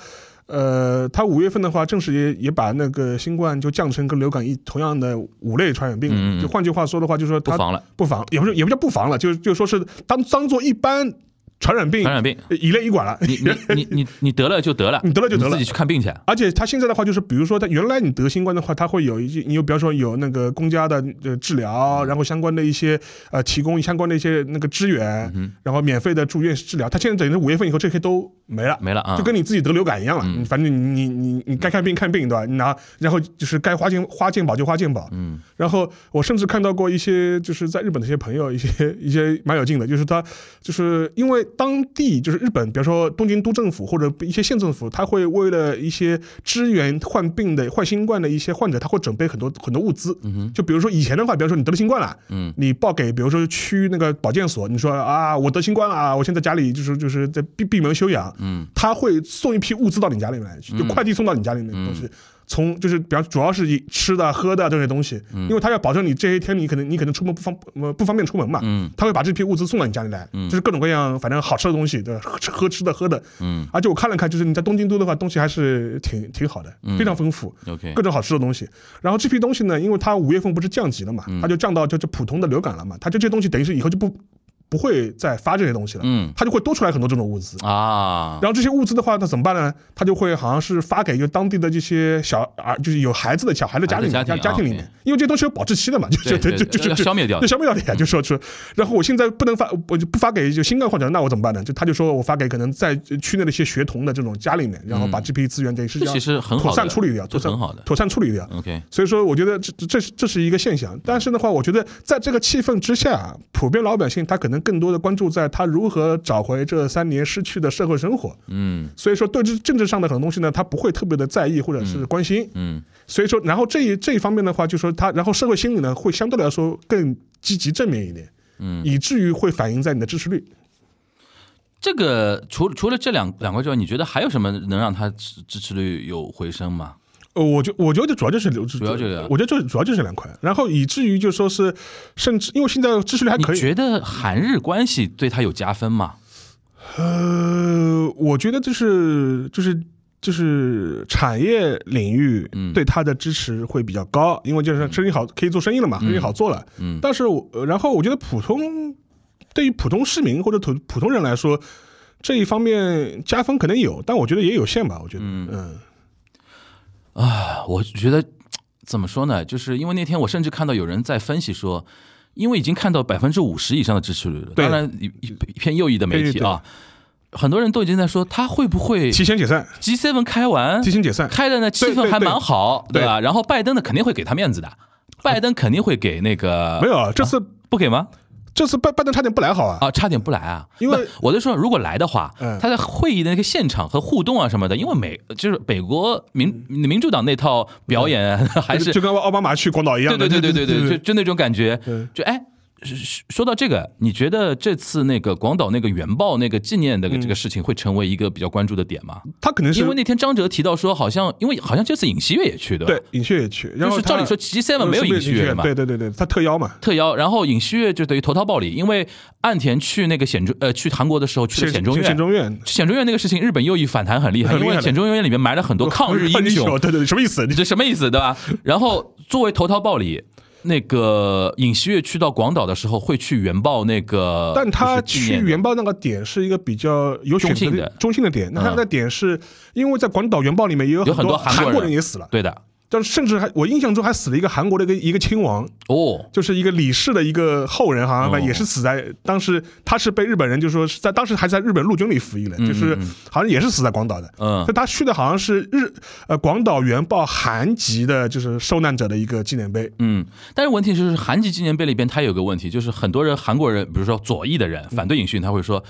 S4: 呃，它五月份的话，正式也也把那个新冠就降成跟流感一同样的五类传染病了。
S5: 嗯嗯嗯
S4: 就换句话说的话，就是说它
S5: 不防了，
S4: 不防也不是也不叫不防了，就是就说是当当做一般传染病
S5: 传染病，
S4: 呃一类一管了。
S5: 你你你你你得了就得了，
S4: 你得了就得了
S5: 你自己去看病去。
S4: 而且它现在的话，就是比如说，它原来你得新冠的话，它会有一些，你有比方说有那个公家的呃治疗，
S5: 嗯
S4: 然后相关的一些呃提供相关的一些那个支
S5: 嗯
S4: 援，然后免费的住院治疗。它现在等于是五月份以后，这些都没了，
S5: 没了啊嗯
S4: 就跟你自己得流感一样了。你反正你你你你该看病看病对吧？你拿然后就是该花健花健保就花健保，嗯。然后我甚至看到过一些就是在日本的一些朋友，一些 一些蛮有劲的，就是他就是因为当地就是日本，比如说东京都政府或者一些县政府，他会为了一些支援患病的患新冠的一些患者，他会准备很多很多物资。就比如说以前的话，比如说你得了新冠了，
S5: 嗯
S4: 你报给比如说区那个保健所，你说啊我得新冠了啊，我现在家里就是就是在闭闭门休养，
S5: 嗯，
S4: 他会送一批物资到你家里面来，就快递送到你家里面
S5: 嗯
S4: 的东西。从就是，比方主要是以吃的、喝的这些东西，因
S5: 嗯
S4: 为他要保证你这些天你可能你可能出门不方呃不方便出门嘛，
S5: 嗯
S4: 他会把这批物资送到你家里来，就是各种各样反正好吃的东西，对吧？喝吃喝吃的喝的，
S5: 嗯
S4: 而且我看了看，就是你在东京都的话，东西还是挺挺好的，
S5: 嗯
S4: 非常丰富，
S5: ，OK，
S4: 各种好吃的东西。然后这批东西呢，因为它五月份不是降级了嘛，
S5: 嗯
S4: 它就降到就就普通的流感了嘛，它就这些东西等于是以后就不不会再发这些东西了，
S5: 嗯
S4: 它就会多出来很多这种物资。
S5: 啊，
S4: 然后这些物资的话，那怎么办呢？他就会好像是发给就当地的这些小啊，就是有孩子的小孩的家里面
S5: 孩子
S4: 家
S5: 的家庭
S4: 庭里
S5: 啊
S4: 面，因为这东西有保质期的嘛，就就
S5: 对
S4: 就就
S5: 对对
S4: 就
S5: 要
S4: 就
S5: 消灭掉
S4: 就消灭掉的呀，就说是。然后我现在不能发，我就不发给就新冠患者，那我怎么办呢？就他就说我发给可能在区内的一些学童的这种家里面，然后把这批资源等于是
S5: 嗯这
S4: 要
S5: 其实很好
S4: 妥
S5: 的
S4: 善处理掉，妥
S5: 这
S4: 善
S5: 很好的
S4: 妥善处理掉。
S5: OK，
S4: 所以说，我觉得这这这是这是一个现象。但是的话，我觉得在这个气氛之下，普遍老百姓他可能更多的关注在他如何找回这三年失去的社会生活。
S5: 嗯
S4: 所以说对这政治上的很多东西呢，他不会特别的在意或者是关心。
S5: 嗯
S4: 所以说，然后这一这一方面的话，就说他，然后社会心理呢，会相对来说更积极正面一点，
S5: 嗯，
S4: 以至于会反映在你的支持率。
S5: 这个除除了这两两块之外，你觉得还有什么能让他支支持率有回升吗？
S4: 呃，我就我觉得主要就是流，主
S5: 要啊这个
S4: 我觉得就主要就是这两块，然后以至于就说是，甚至因为现在支持率还
S5: 你
S4: 可以，
S5: 觉得韩日关系对他有加分吗？
S4: 呃，我觉得就是就是就是产业领域
S5: 嗯
S4: 对它的支持会比较高，因为就是生意好可以做生意了嘛，生意好做了。
S5: 嗯
S4: 但是我呃然后我觉得普通对于普通市民或者普普通人来说。这一方面加分可能有，但我觉得也有限吧。我觉得，嗯，
S5: 啊我觉得怎么说呢？就是因为那天我甚至看到有人在分析说，因为已经看到百分之五十以上的支持率了，
S4: 对
S5: 当然一一一篇右翼的媒体啊，很多人都已经在说他会不会
S4: 提前解散，
S5: G seven 开完
S4: 提前解散，
S5: 开的呢气
S4: 对
S5: 氛
S4: 对
S5: 还
S4: 对
S5: 蛮好，
S4: 对
S5: 对吧？然后拜登呢肯定会给他面子的，拜登肯定会给那个
S4: 没有啊，这次
S5: 不给吗？
S4: 这次拜拜登差点不来，好啊，
S5: 啊，差点不来啊！
S4: 因为
S5: 不我就说，如果来的话，
S4: 嗯
S5: 他在会议的那个现场和互动啊什么的，因为美就是美国民民主党那套表演 还是
S4: 嗯就跟奥巴马去广岛一样
S5: 对
S4: 的，
S5: 对对对对对，就
S4: 对，
S5: 就那种感觉
S4: 对，
S5: 就哎。说说到这个，你觉得这次那个广岛那个原爆那个纪念
S4: 嗯
S5: 的这个事情会成为一个比较关注的点吗？
S4: 他可能是
S5: 因为那天张哲提到说，好像因为好像这次尹锡悦也去的，
S4: 对，尹旭也去，然
S5: 就
S4: 后
S5: 是照
S4: 他呃
S5: 理说 G seven 没有
S4: 是
S5: 尹锡悦的嘛，
S4: 对对对对，他特邀嘛，
S5: 特邀，然后尹锡悦就等于投桃报李，因为岸田去那个显中呃去韩国的时候去了显中院，
S4: 显中院
S5: 显中院那个事情，日本右翼反弹很厉害，
S4: 很厉
S5: 因
S4: 害的哦
S5: 为显中院里面 埋了很多抗日英雄，
S4: 对对对，什么意思？
S5: 你
S4: 你
S5: 这什么意思对吧？然后作为投桃报李，那个尹锡悦去到广岛的时候，会去原爆那个，
S4: 但他
S5: 就是纪
S4: 去
S5: 念的
S4: 原爆那个点是一个比较有选择
S5: 中性的嗯
S4: 中性的点。那他那个点是因为在广岛原爆里面也有
S5: 有很
S4: 很
S5: 多韩
S4: 韩
S5: 国
S4: 国人
S5: 人
S4: 也死了，
S5: 对的
S4: 但是甚至还我印象中还死了一个韩国的一个一个亲王，
S5: 哦，
S4: 就是一个李氏的一个后人，好像吧，
S5: 哦
S4: 也是死在当时，他是被日本人就说是在当时还在日本陆军里服役了，就是好像也是死在广岛的。
S5: 嗯
S4: 所以他去的好像是日呃广岛原爆韩籍的，就是受难者的一个纪念碑。
S5: 嗯，但是问题就是韩籍纪念碑里边它有个问题，就是很多人韩国人，比如说左翼的人反对尹锡悦，他会说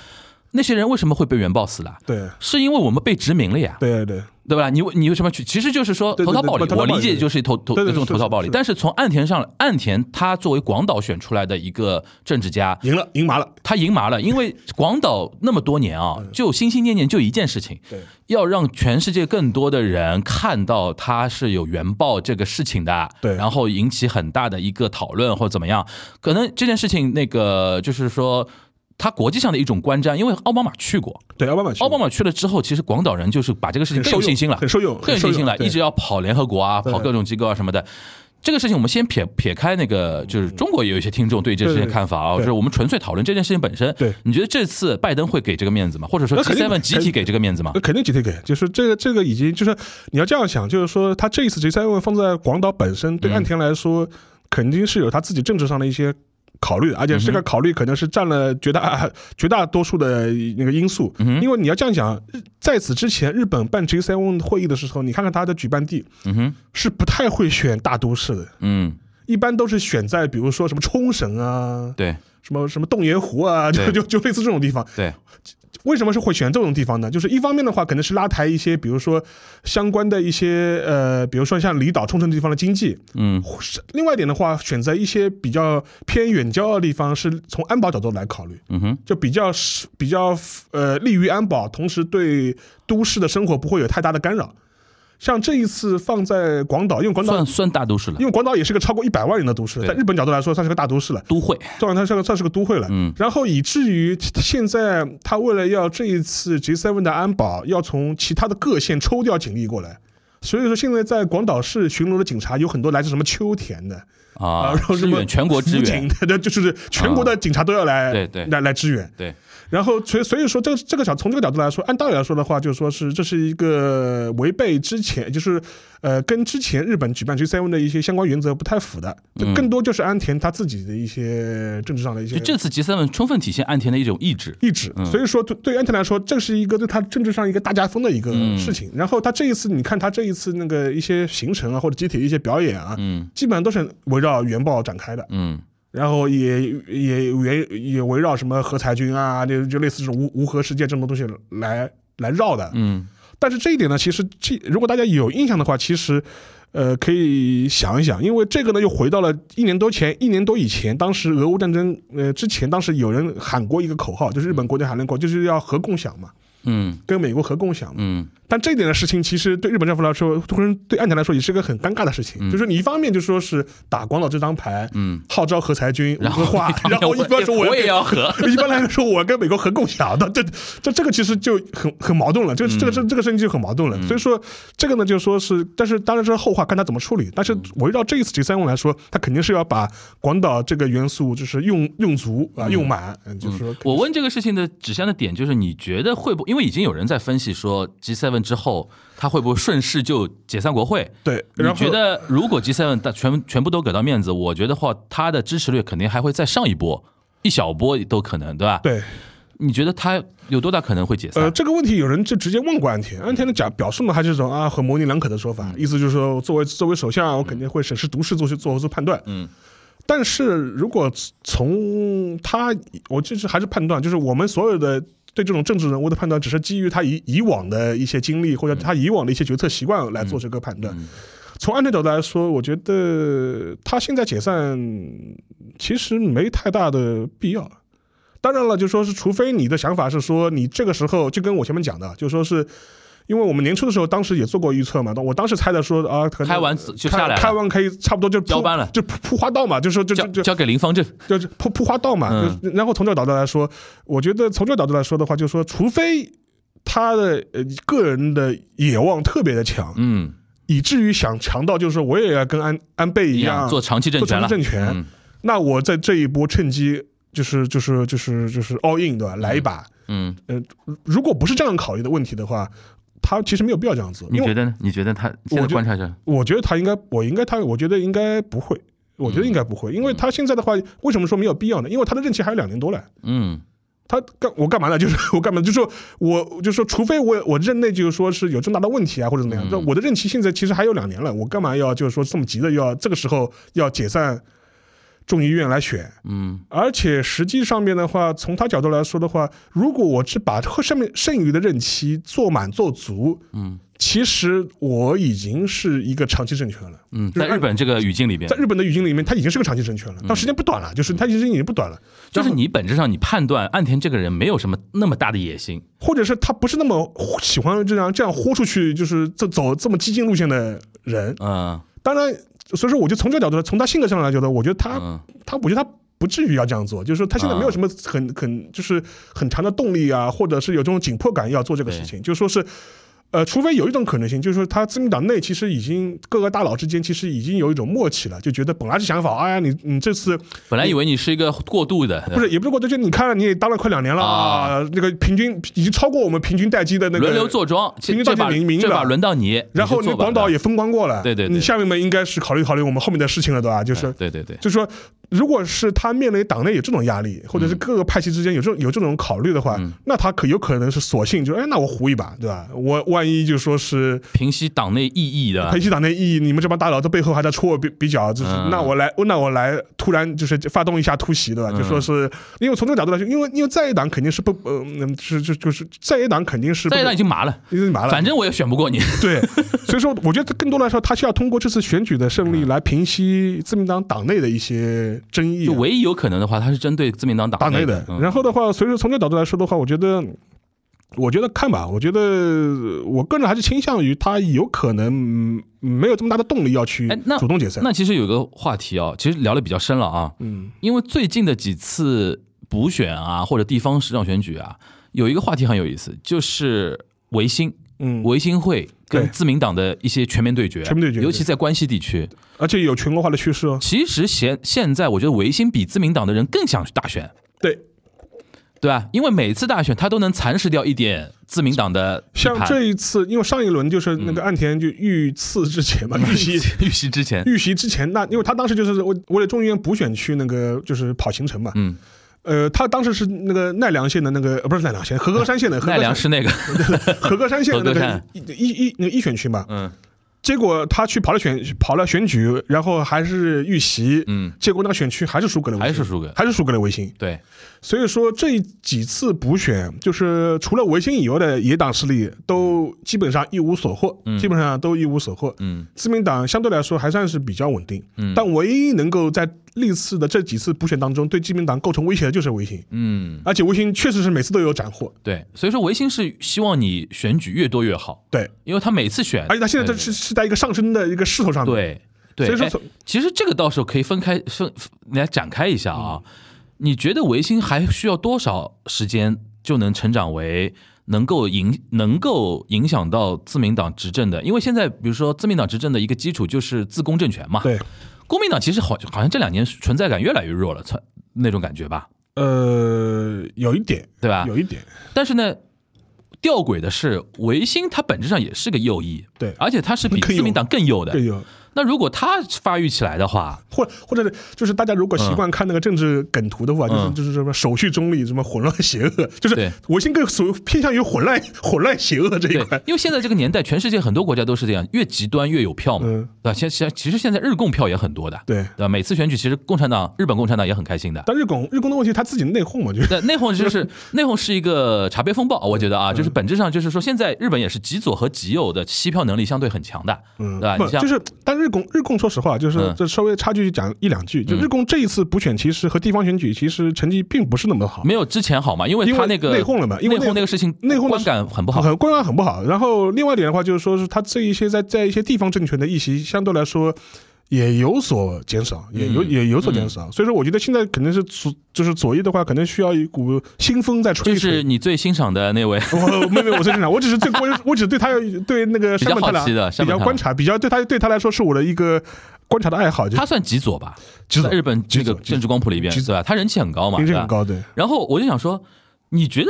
S5: 那些人为什么会被原爆死了？
S4: 对
S5: 是因为我们被殖民了呀，
S4: 对对
S5: 对吧？你为你为什么去？其实就是说
S4: 对对
S5: 投桃报
S4: 对
S5: 李
S4: 投，桃
S5: 我
S4: 报
S5: 理
S4: 李
S5: 解就是投投
S4: 对
S5: 这
S4: 对
S5: 种
S4: 是
S5: 投桃
S4: 是
S5: 报李。
S4: 是
S5: 但是从岸田上，岸田他作为广岛选出来的一个政治家，
S4: 赢了，赢麻了。
S5: 他赢麻了，因为广岛那么多年啊，就心心念念就一件事情，
S4: 对，
S5: 要让全世界更多的人看到他是有原爆这个事情的，
S4: 对
S5: 然后引起很大的一个讨论或者怎么样，可能这件事情那个就是说。他国际上的一种观瞻，因为奥巴马去过，
S4: 对奥巴马去，
S5: 奥巴马去了之后，其实广岛人就是把这个事情
S4: 很
S5: 更
S4: 受
S5: 有
S4: 用
S5: 信心了，
S4: 很受用，
S5: 更有信心了，
S4: 受用
S5: 一直要跑联合国啊，
S4: 对
S5: 跑各种机构啊什么的。这个事情我们先撇撇开那个，就是中国也有一些听众对这件事情的看法啊，
S4: 对对
S5: 就是我们纯粹讨论这件事情本身。
S4: 对
S5: 你觉得这次拜登会给这个面子吗？或者说
S4: 那肯定
S5: G7 集体给这个面子吗
S4: 呃那？肯定集体给，就是这个这个已经就是你要这样想，就是说他这一次 G 三问放在广岛本身，对岸田来说、肯定是有他自己政治上的一些考
S5: 嗯
S4: 虑的，而且这个考虑可能是占了绝大、绝大多数的那个因素。
S5: 嗯
S4: 因为你要这样想，在此之前，日本办 G 三会议的时候，你看看它的举办地
S5: 嗯哼，
S4: 是不太会选大都市的，
S5: 嗯，
S4: 一般都是选在比如说什么冲绳啊。
S5: 对
S4: 什么什么洞爷湖啊，就
S5: 对
S4: 就就类似这种地方，
S5: 对，
S4: 为什么是会选这种地方呢？就是一方面的话，可能是拉抬一些，比如说相关的一些呃，比如说像离岛、冲绳地方的经济；
S5: 嗯
S4: 或是另外一点的话，选择一些比较偏远郊的地方，是从安保角度来考虑，
S5: 嗯哼，
S4: 就比较是比较呃利于安保，同时对都市的生活不会有太大的干扰。像这一次放在广岛，因为广岛
S5: 算。算大都市了
S4: 因，为广岛也是个超过一百万人的都市了，
S5: 对
S4: 在日本角度来说，算是个大都市了。
S5: 都会，
S4: 当然，它算个算是个都会了。
S5: 嗯
S4: 然后以至于现在他为了要这一次 G7 的安保，要从其他的各县抽调警力过来。所以说，现在在广岛市巡逻的警察有很多来自什么秋田的
S5: 啊
S4: 然，后什
S5: 支
S4: 么
S5: 援全国支
S4: 福井
S5: 援，
S4: 的，就是全国的警察都要来、
S5: 啊对对
S4: 来来支援。
S5: 对，
S4: 然后所以所以说这个这个角从这个角度来说，按道理来说的话，就是说是这是一个违背之前就是呃跟之前日本举办 G7 的一些相关原则不太符的，就更多就是安田他自己的一些政治上的一些
S5: 嗯就这嗯次 G7 充分体现岸田的一种意志。
S4: 意志，所以说对对于安田来说，这是一个对他政治上一个大家风的一个
S5: 嗯
S4: 事情。然后他这一次，你看他这一次那个一些行程啊，或者集体的一些表演啊，
S5: 嗯
S4: 基本上都是围绕原爆展开的。
S5: 嗯
S4: 然后也也围也围绕什么核裁军啊，就就类似这种无无核世界这种东西来来绕的。
S5: 嗯
S4: 但是这一点呢，其实这如果大家有印象的话，其实。呃，可以想一想，因为这个呢，又回到了一年多前，一年多以前，当时俄乌战争，呃，之前当时有人喊过一个口号，就是日本国内喊了口，就是要核共享嘛，
S5: 嗯
S4: 跟美国核共享嘛。
S5: 嗯
S4: 但这一点的事情，其实对日本政府来说，或者对岸田来说，也是个很尴尬的事情。就是你一方面就说是打广岛这张牌，
S5: 嗯，
S4: 号召核裁军无
S5: 然后
S4: 核化，然后一方面说
S5: 我
S4: 我
S5: 也啊
S4: 要
S5: 要和，
S4: 跟。一般来说，我跟美国核共享的，这这这个其实就很很矛盾了，这
S5: 嗯
S4: 这个这这个事情就很矛盾了。所以说这个呢，就说是，但是当然这是后话，看他怎么处理。但是
S5: 嗯
S4: 围绕这一次 G 三问来说，他肯定是要把广岛这个元素就是用用足啊，用满，嗯就是说
S5: 我问这个事情的指向的点就是，你觉得会不？因为已经有人在分析说，G7 之后它会不会顺势就解散国会？
S4: 对。
S5: 你
S4: 然后
S5: 觉得如果 G7 大全全部都给到面子，我觉得话它的支持率肯定还会再上一波，一小波都可能，对吧？。
S4: 对，
S5: 你觉得它有多大可能会解散？嗯
S4: 呃，这个问题有人就直接问过安田，安田的讲表述呢，他这种啊很模棱两可的说法，意思就是说，作为作为首相，我肯定会审时度势做出做出判断。
S5: 嗯，
S4: 但是如果从他，我就是还是判断，就是我们所有的。对这种政治人物的判断，只是基于他以以往的一些经历或者他以往的一些决策习惯来
S5: 嗯
S4: 做这个判断。从安田角度来说，我觉得他现在解散其实没太大的必要。当然了，就说是，除非你的想法是说，你这个时候就跟我前面讲的，就说是。因为我们年初的时候，当时也做过预测嘛，我当时猜的说啊，可能
S5: 开完就下来了
S4: 开开完可以差不多就铺
S5: 交班了
S4: 就铺铺花道嘛，就说就
S5: 交
S4: 就就
S5: 交给林方正，
S4: 就是铺铺花道嘛。
S5: 嗯
S4: 就然后从这个角度来说，我觉得从这个角度来说的话，就说除非他的呃个人的野望特别的强，
S5: 嗯，
S4: 以至于想强到就是说我也要跟安安倍一
S5: 一
S4: 样
S5: 样做长期政
S4: 做
S5: 权
S4: 长
S5: 了，
S4: 期政权。
S5: 嗯
S4: 那我在这一波趁机就是就是就是就是 all in 对吧？来一把。
S5: 嗯，
S4: 如果不是这样考虑的问题的话，他其实没有必要这样做。
S5: 你
S4: 因
S5: 觉
S4: 为
S5: 得呢？你觉得他现在
S4: 我觉得
S5: 观察着，
S4: 我觉得他应该，我应该他，我觉得应该不会。我觉得应该不
S5: 嗯
S4: 会，因为他现在的话，为什么说没有必要呢？因为他的任期还有两年多了。
S5: 嗯
S4: 他干我干嘛呢？就是我干嘛？就是说我就是说，除非我我任内就是说是有重大的问题啊，或者怎么
S5: 嗯
S4: 样。那、我的任期现在其实还有两年了，我干嘛要就是说这么急的要这个时候要解散众议院来选？
S5: 嗯
S4: 而且实际上面的话，从他角度来说的话，如果我只把上面剩余的任期做满做足，
S5: 嗯
S4: 其实我已经是一个长期政权了。
S5: 嗯，
S4: 就是
S5: 在日本这个语境里边
S4: 在，日本的语境里面，他已经是个长期政权
S5: 嗯
S4: 了，但时间不短了，就是他其实已经不短了，
S5: 就是你本质上你判断岸田这个人没有什么那么大的野心，
S4: 或者是他不是那么喜欢这样这样豁出去，就是这走这么激进路线的人。
S5: 嗯
S4: 当然，所以说我就从这个角度，从他性格上来觉得，我觉得他、
S5: 嗯
S4: 他，我觉得他不至于要这样做，就是说他现在没有什么很、很就是很强的动力啊，或者是有这种紧迫感要做这个事情，就说是。呃，除非有一种可能性，就是说他自民党内其实已经各个大佬之间其实已经有一种默契了，就觉得本来是想法，哎呀，你你这次
S5: 本来以为你是一个过渡的，
S4: 不是也不是过渡，就你看你也当了快两年了
S5: 啊
S4: 啊，那个平均已经超过我们平均待机的那个
S5: 轮流坐庄，
S4: 平
S5: 这
S4: 均到
S5: 这
S4: 底
S5: 把
S4: 明明
S5: 这
S4: 的啊
S5: 把轮到你，
S4: 然后
S5: 你
S4: 那
S5: 是坐
S4: 广
S5: 板的
S4: 岛也风光过了，
S5: 对对对
S4: 你下面们应该是考虑考虑我们后面的事情了，对吧？就
S5: 哎
S4: 是
S5: 对对对，
S4: 就是说，如果是他面临党内有这种压力，或者是各个派系之间有这
S5: 嗯
S4: 种有这种考虑的话，那他可有可能是索性就哎，那我胡一把，对吧？我万一就说是
S5: 平息党内异议的
S4: 培，系党内异议，你们这帮大佬在背后还在戳我鼻鼻角，就是、
S5: 嗯
S4: 那我来，那我来，突然就是发动一下突袭，对吧？就说是因为从这个角度来说，因为因为在野党肯定是不呃，嗯是就就是在野党肯定是不
S5: 在野党已经麻了，
S4: 已经麻了，啊
S5: 反正我也选不过你，
S4: 对，所以说我觉得更多来说，他是要通过这次选举的胜
S5: 嗯
S4: 利来平息自民党党内的一些争议
S5: 就
S4: 啊、
S5: 唯一有可能的话，他是针对自民党
S4: 党
S5: 党
S4: 内
S5: 的
S4: 的。。
S5: 嗯
S4: 然后的话，所以说从这角度来说的话，我觉得，我觉得看吧，我觉得呃我个人还是倾向于他有可能嗯没有这么大的动力要去
S5: 哎那
S4: 主动解散。
S5: 那其实有个话题哦，其实聊的比较深了啊，
S4: 嗯，
S5: 因为最近的几次补选啊，或者地方市长选举啊，有一个话题很有意思，就是维新，
S4: 嗯
S5: 维新会跟
S4: 对
S5: 自民党的一些全面对决，
S4: 全面对决
S5: 尤其在关西地区。
S4: 而且有全国化的趋势哦。
S5: 其实现现在，我觉得维新比自民党的人更想去大选，
S4: 对，
S5: 对吧？因为每次大选他都能蚕食掉一点自民党的地
S4: 像
S5: 盘
S4: 这一次，因为上一轮就是
S5: 嗯
S4: 那个岸田就遇刺之前嘛，遇 袭
S5: 预习之前，
S4: 遇袭之前，那因为他当时就是为为了众议院补选区那个就是跑行程嘛，
S5: 嗯，
S4: 呃，他当时是那个奈良县的那个，呃不是奈良县，和歌山县的和
S5: 奈
S4: 歌
S5: 良
S4: 山
S5: 是那个，
S4: 和歌山县的那
S5: 和
S4: 个
S5: 歌山
S4: 一一一那个一选区嘛。
S5: 嗯
S4: 结果他去跑了选跑了选举，然后还是遇袭，
S5: 嗯，
S4: 结果那个选区还是输给了维
S5: 还
S4: 新，
S5: 是输给
S4: 还是输给了维新。
S5: 对，
S4: 所以说这几次补选，就是除了维新以外的野党势力都基本上一无所获，基本上都一无所获。
S5: 嗯
S4: 自民党相对来说还算是比较稳定，
S5: 嗯
S4: 但唯一能够在历次的这几次补选当中对自民党构成威胁的就是维新。
S5: 嗯，
S4: 而且维新确实是每次都有斩获，
S5: 对，所以说维新是希望你选举越多越好，
S4: 对，
S5: 因为他每次选，
S4: 而且他现在这是是在一个上升的一个势头上面，，
S5: 对对，
S4: 所以说
S5: 哎
S4: 从
S5: 其实这个到时候可以分开分来展开一下啊。
S4: 嗯
S5: 你觉得维新还需要多少时间就能成长为能够影能够影响到自民党执政的？因为现在比如说自民党执政的一个基础就是自公政权嘛，
S4: 对，
S5: 公民党其实好好像这两年存在感越来越弱了，存那种感觉吧，
S4: 呃，有一点，
S5: 对吧？
S4: 有一点，
S5: 但是呢，吊诡的是，维新它本质上也是个右翼，
S4: 对
S5: 而且它是比
S4: 更右
S5: 自民党更右的。
S4: 对有，
S5: 那如果它发育起来的话，
S4: 或或者是就是大家如果习惯看那个政治梗图的话，
S5: 嗯
S4: 就是就是什么手续中立，什么混乱邪恶，就是
S5: 对
S4: 维新更属于偏向于混乱 混乱邪恶这一
S5: 对
S4: 块，，
S5: 因为现在这个年代，全世界很多国家都是这样，越极端越有票嘛，
S4: 嗯
S5: 对吧？现现其实现在日共票也很多的，
S4: 对
S5: 对吧？每次选举，其实共产党、日本共产党也很开心 的。
S4: 但日拱日拱的问题他自己内讧嘛，就是
S5: 对，内讧就是内讧是一个茶杯风暴，我觉
S4: 嗯
S5: 得啊，就是本质上就是说，现在日本也是极左和极右的吸票能力相对很强的，
S4: 嗯，
S5: 对吧？
S4: 不
S5: 你像
S4: 就是，但日共日共说实话，就是
S5: 嗯
S4: 这稍微插句讲一两句，就日共这一次补选其实和地方选举其实成绩并不是那么好，
S5: 没有之前好嘛，因为
S4: 因为
S5: 他那个
S4: 内讧了嘛因为
S5: 内
S4: 内
S5: 讧那个事情
S4: 内讧的
S5: 观
S4: 是
S5: 感很不好，
S4: 很观感很不好。然后另外一点的话，就是说是他这一些在在一些地方政权的议席，相对来说也有所减少，也
S5: 嗯
S4: 有、也有所减少。所以说，我觉得现在可能是左，就是左翼的话，可能需要一股新风在吹
S5: 就
S4: 一吹。
S5: 是你最欣赏的 那位，
S4: 我没有没有，我是正常，我只是对我我只对他对那个山本太郎
S5: 比较好奇的
S4: 比
S5: 山本
S4: 较
S5: 太郎
S4: 观察，比较对他对他来说是我的一个观察的爱好，就
S5: 他算极左吧？
S4: 极左
S5: 在日本
S4: 极
S5: 这
S4: 左
S5: 个
S4: 极左
S5: 政治光谱里边，
S4: 极
S5: 对
S4: 左
S5: 吧？他人气很高嘛，
S4: 评
S5: 对
S4: 价
S5: 吧
S4: 很高，对。
S5: 然后我就想说，你觉得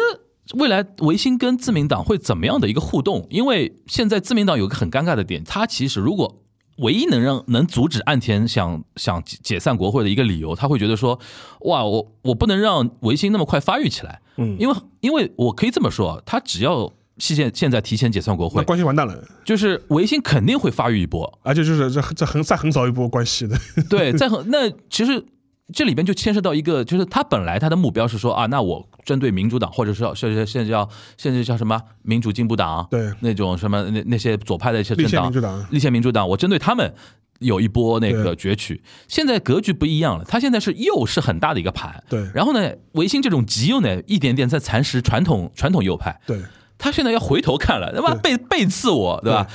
S5: 未来维新跟自民党会怎么样的一个互动？因为现在自民党有个很尴尬的点，它其实如果唯一能让能阻止岸田想想解解散国会的一个理由，他会觉得说，哇，我我不能让维新那么快发育起来，嗯，因为因为我可以这么说，他只要现现在提前解散国
S4: 那
S5: 会，
S4: 关系完蛋了，
S5: 就是维新肯定会发育一波，
S4: 而且就是这这横再横扫一波关系的，
S5: 对，在很那其实这里边就牵涉到一个，就是他本来他的目标是说啊，那我针对民主党，或者是要甚至甚至要甚至叫什么民主进步党，
S4: 对
S5: 那种什么那那些左派的一啊些政
S4: 立宪
S5: 党
S4: 民主党，
S5: 立宪民主党，我针对他们。有一波那个
S4: 对
S5: 攫取，现在格局不一样了，他现在是右是很大的一个盘，
S4: 对
S5: 然后呢，维新这种极右呢，一点点在蚕食传统传统右派，
S4: 对，
S5: 他现在要回头看了，他妈背背刺我，对吧？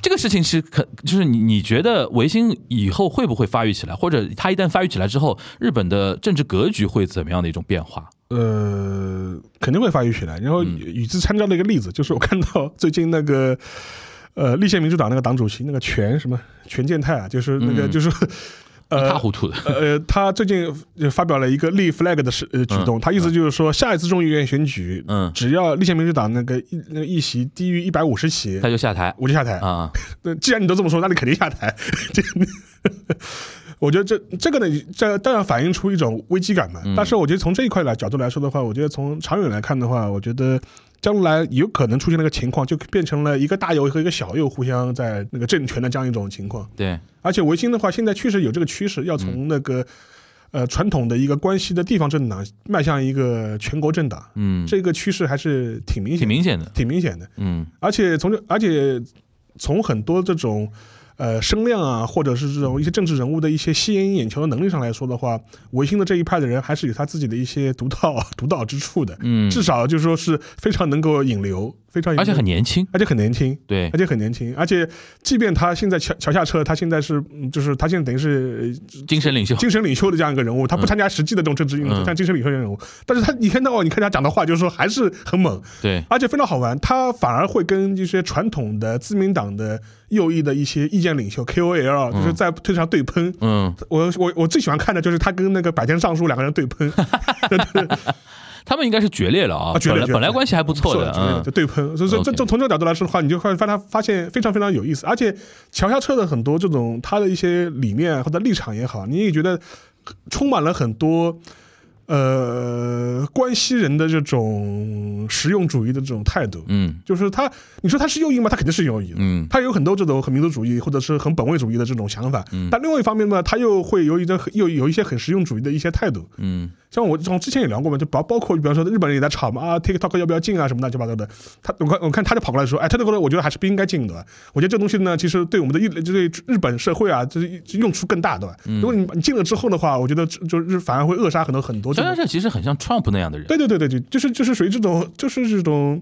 S5: 这个事情是可，就是你你觉得维新以后会不会发育起来，或者他一旦发育起来之后，日本的政治格局会怎么样的一种变化？
S4: 呃，肯定会发育起来。然
S5: 嗯
S4: 后与之参照的一个例子，就是我看到最近那个。呃，立宪民主党那个党主席那个全什么全健太啊，就是那个、
S5: 嗯
S4: 就是，
S5: 一
S4: 呃，
S5: 塌糊涂的，
S4: 呃，他最近呃发表了一个立 flag 的事呃举动，他意思就是说，下一次众议院选举，
S5: 嗯
S4: 只要立宪民主党那个一那个议席低于一百五十席
S5: 他，就下台
S4: 我就下台。
S5: 啊。
S4: 那既然你都这么说，那你肯定下台。 这，我觉得这这个呢，这当然反映出一种危机感嘛。
S5: 嗯
S4: 但是我觉得从这一块来角度来说的话，我觉得从长远来看的话，我觉得。将来有可能出现那个情况，就变成了一个大右和一个小右互相在那个政权的这样一种情况。
S5: 对，
S4: 而且维新的话，现在确实有这个趋势，要
S5: 嗯
S4: 从那个、呃传统的一个关系的地方政党迈向一个全国政党，
S5: 嗯，
S4: 这个趋势还是挺明显
S5: 挺明显的，
S4: 挺明显的。
S5: 嗯
S4: 而且从这，而且从很多这种呃声量啊，或者是这种一些政治人物的一些吸引眼球的能力上来说的话，维新的这一派的人还是有他自己的一些独到 独到之处的，
S5: 嗯，
S4: 至少就是说是非常能够引流，非常
S5: 而且很
S4: 引流
S5: 年轻，
S4: 而且很年轻。
S5: 对
S4: 而，且很年轻，而且即便他现在桥桥下车，他现在是嗯就是他现在等于是
S5: 精神领袖
S4: 呃，精神领袖的这样一个人物，他不
S5: 嗯
S4: 参加实际的这种政治运动，
S5: 嗯
S4: 但精神领袖的人物，但是他你看到哦，你看他讲的话，就是说还是很猛，
S5: 对，
S4: 而且非常好玩，他反而会跟一些传统的自民党的右翼的一些意见领袖 KOL，就是啊在推特上对喷。
S5: 嗯，
S4: 我我我最喜欢看的就是他跟那个百田尚书两个人对喷，对对对
S5: 他们应该是决裂了啊，
S4: 啊决裂
S5: 本来
S4: 决裂
S5: 本来关系还不 错的，
S4: 就
S5: 嗯
S4: 就，对喷。所以说
S5: OK
S4: 这这从这个角度来说的话，你就会发他发现非常非常有意思，而且桥下彻的很多这种他的一些理念或者立场也好，你也觉得充满了很多。呃，关西人的这种实用主义的这种态度，
S5: 嗯
S4: 就是他，你说他是右翼吗？他肯定是右翼的。
S5: 嗯
S4: 他有很多这种很民族主义或者是很本位主义的这种想法，
S5: 嗯
S4: 但另外一方面呢，他又会有一种很又有一些很实用主义的一些态度。
S5: 嗯，
S4: 像我从之前也聊过嘛，就包包括比方说日本人也在吵嘛啊，TikTok 要不要禁啊什么乱七八糟的。他我看我看他就跑过来说，哎，TikTok 我觉得还是不应该禁的吧。我觉得这东西呢，其实对我们的日就对日本社会啊，就是用处更大的吧。
S5: 嗯
S4: 如果你你禁了之后的话，我觉得就就是反而会扼杀很多很多这
S5: 张
S4: 种
S5: 家社其实很像 Trump 那样的人，
S4: 对对对对对，就是就是属于这种，就是这种。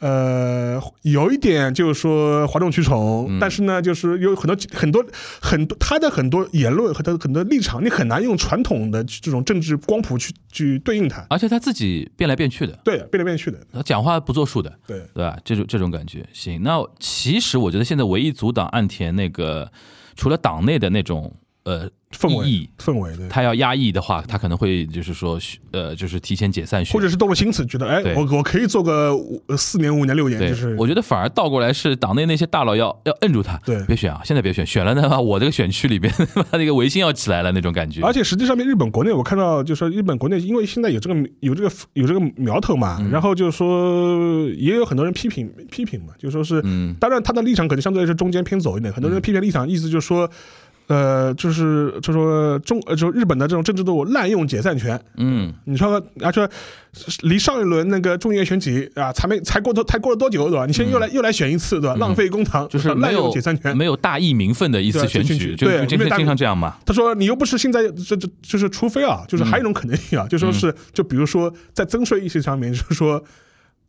S4: 呃，有一点就是说哗众取宠，
S5: 嗯
S4: 但是呢，就是有很多很多很多他的很多言论和他的很多立场，你很难用传统的这种政治光谱去去对应它。
S5: 而且他自己变来变去的，
S4: 对，变来变去的，
S5: 他讲话不作数的，
S4: 对
S5: 对吧？这种这种感觉，行。那其实我觉得现在唯一阻挡岸田那个，除了党内的那种呃
S4: 氛
S5: 异
S4: 围
S5: 议，
S4: 氛围对，
S5: 他要压抑的话，他可能会就是说呃，就是提前解散选
S4: 或者是动了心思，觉得哎
S5: 对，
S4: 我我可以做个五呃四年五年六年，
S5: 对，
S4: 就是
S5: 我觉得反而倒过来是党内那些大佬要要摁住他，
S4: 对
S5: 别选啊，现在别选，选了的话，我这个选区里边 那个维新要起来了那种感觉。
S4: 而且实际上面，日本国内我看到，就是说日本国内，因为现在有这个有这个有这个苗头嘛，
S5: 嗯
S4: 然后就是说也有很多人批评批评嘛，就说是，
S5: 嗯
S4: 当然他的立场可能相对来说中间偏左一点，很多人批评立场意思就是说。呃，就是就说中呃，就日本的这种政治斗殴滥用解散权，
S5: 嗯，
S4: 你说，而且离上一轮那个众议院选举啊，才没才过多才过了多久，对吧？你现在又来、又来选一次，对吧？浪费公堂，
S5: 嗯就是没
S4: 滥用
S5: 有
S4: 解散权，
S5: 没有大义名分的一次
S4: 对啊
S5: 选
S4: 选
S5: 举，
S4: 举
S5: 就
S4: 对
S5: 就经
S4: 没有
S5: 常
S4: 大义
S5: 经常这样嘛。
S4: 他说：“你又不是现在这这就是，除非啊，就是还有一种可能性啊，就说是就比如说在增税议题上面，就是说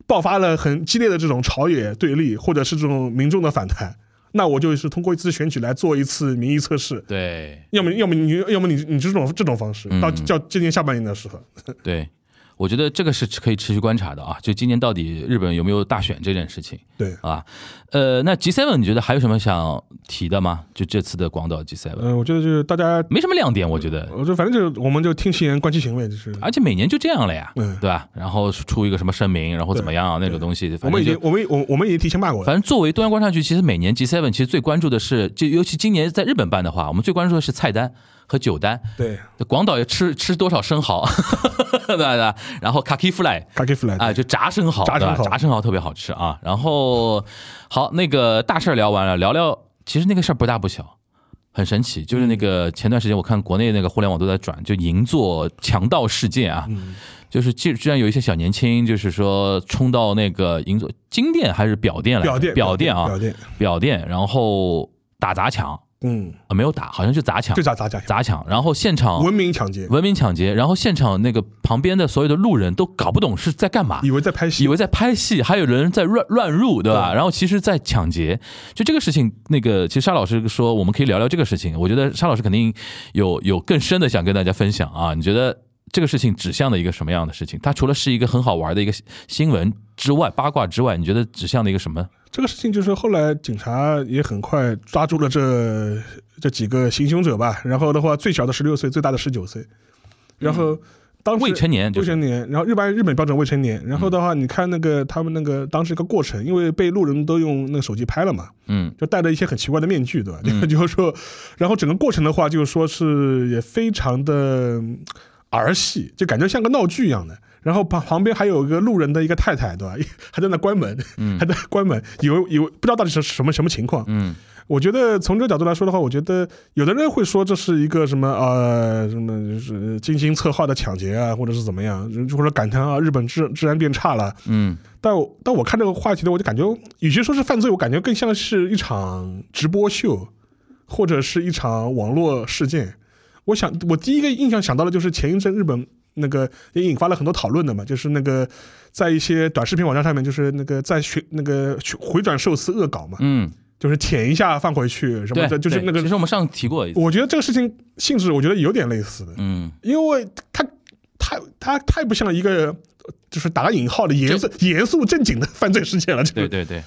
S4: 爆发了很激烈的这种朝野对立，或者是这种民众的反弹。那我就是通过一次选举来做一次民意测试。
S5: 对
S4: 要么，要么你，要么你，你这种这种方式，到叫今年下半年的时候，
S5: 对，我觉得这个是可以持续观察的啊，就今年到底日本有没有大选这件事情
S4: 对，
S5: 啊？呃，那 G seven 你觉得还有什么想提的吗？就这次的广岛 G seven
S4: 嗯、我觉得就是大家，
S5: 没什么亮点，我觉得。
S4: 我就反正就是我们就听其言观其行呗，就是。
S5: 而且每年就这样了呀，
S4: 嗯
S5: 对吧？然后出一个什么声明，然后怎么样、啊那种东西，
S4: 我
S5: 反
S4: 们
S5: 正
S4: 已
S5: 就
S4: 经，我们我我们已经提前骂过了。
S5: 反正作为东亚观察局，其实每年 G Seven 其实最关注的是，就尤其今年在日本办的话，我们最关注的是菜单和酒单。
S4: 对
S5: 那广岛要吃吃多少生蚝， 对吧对吧？然后 kaki fly。
S4: k a k i f l a
S5: 啊，就炸生蚝，
S4: 哎炸
S5: 对吧
S4: 生蚝
S5: 炸生蚝特别好吃啊。然后，好，那个大事儿聊完了，聊聊其实那个事儿不大不小，很神奇。就是那
S4: 嗯
S5: 个前段时间我看国内那个互联网都在转，就银座强盗事件啊，
S4: 嗯
S5: 就是居居然有一些小年轻，就是说冲到那个银座金店还是表店来着，
S4: 表店
S5: 表店啊，
S4: 表店，
S5: 表店，然后打砸抢
S4: 嗯，
S5: 啊，没有打，好像就砸抢
S4: 就，砸砸家，
S5: 砸抢，然后现场
S4: 文明抢劫，
S5: 文明抢劫，然后现场那个旁边的所有的路人都搞不懂是在干嘛，
S4: 以为在拍戏，
S5: 以为在拍戏，还有人在乱乱入，对吧？然后其实，在抢劫，就这个事情，那个其实沙老师说，我们可以聊聊这个事情。我觉得沙老师肯定有有更深的想跟大家分享啊。你觉得这个事情指向的一个什么样的事情？它除了是一个很好玩的一个新闻之外，八卦之外，你觉得指向的一个什么？
S4: 这个事情就是后来警察也很快抓住了这这几个行凶者吧，然后的话最小的十六岁，最大的十九岁，然后当时
S5: 未成年就
S4: 未
S5: 是
S4: 成年，然后日本日本标准未成年，然后的话你看那个他们那个当时一个过程，因为被路人都用那个手机拍了嘛，
S5: 嗯
S4: 就戴了一些很奇怪的面具，对吧？就是说，然后整个过程的话，就是说是也非常的嗯儿戏，就感觉像个闹剧一样的。然后旁旁边还有一个路人的一个太太，对吧？还在那关门，还在关门，以为以为不知道到底是什么什么情况。
S5: 嗯
S4: 我觉得从这个角度来说的话，我觉得有的人会说这是一个什么呃什么就是精心策划的抢劫啊，或者是怎么样，或者感叹啊日本治治安变差了。
S5: 嗯
S4: 但我但我看这个话题呢，我就感觉，与其说是犯罪，我感觉更像是一场直播秀，或者是一场网络事件。我想，我第一个印象想到的就是前一阵日本那个也引发了很多讨论的嘛，就是那个在一些短视频网站上面，就是那个在学那个去回转寿司恶搞嘛，
S5: 嗯，
S4: 就是舔一下放回去什么
S5: 对，
S4: 的，就是
S5: 对
S4: 那个
S5: 其。实我们上次提过一次，
S4: 我觉得这个事情性质，我觉得有点类似的，
S5: 嗯，
S4: 因为它太它太不像一个就是打引号的严肃严肃正经的犯罪事件了，这个
S5: 对对对，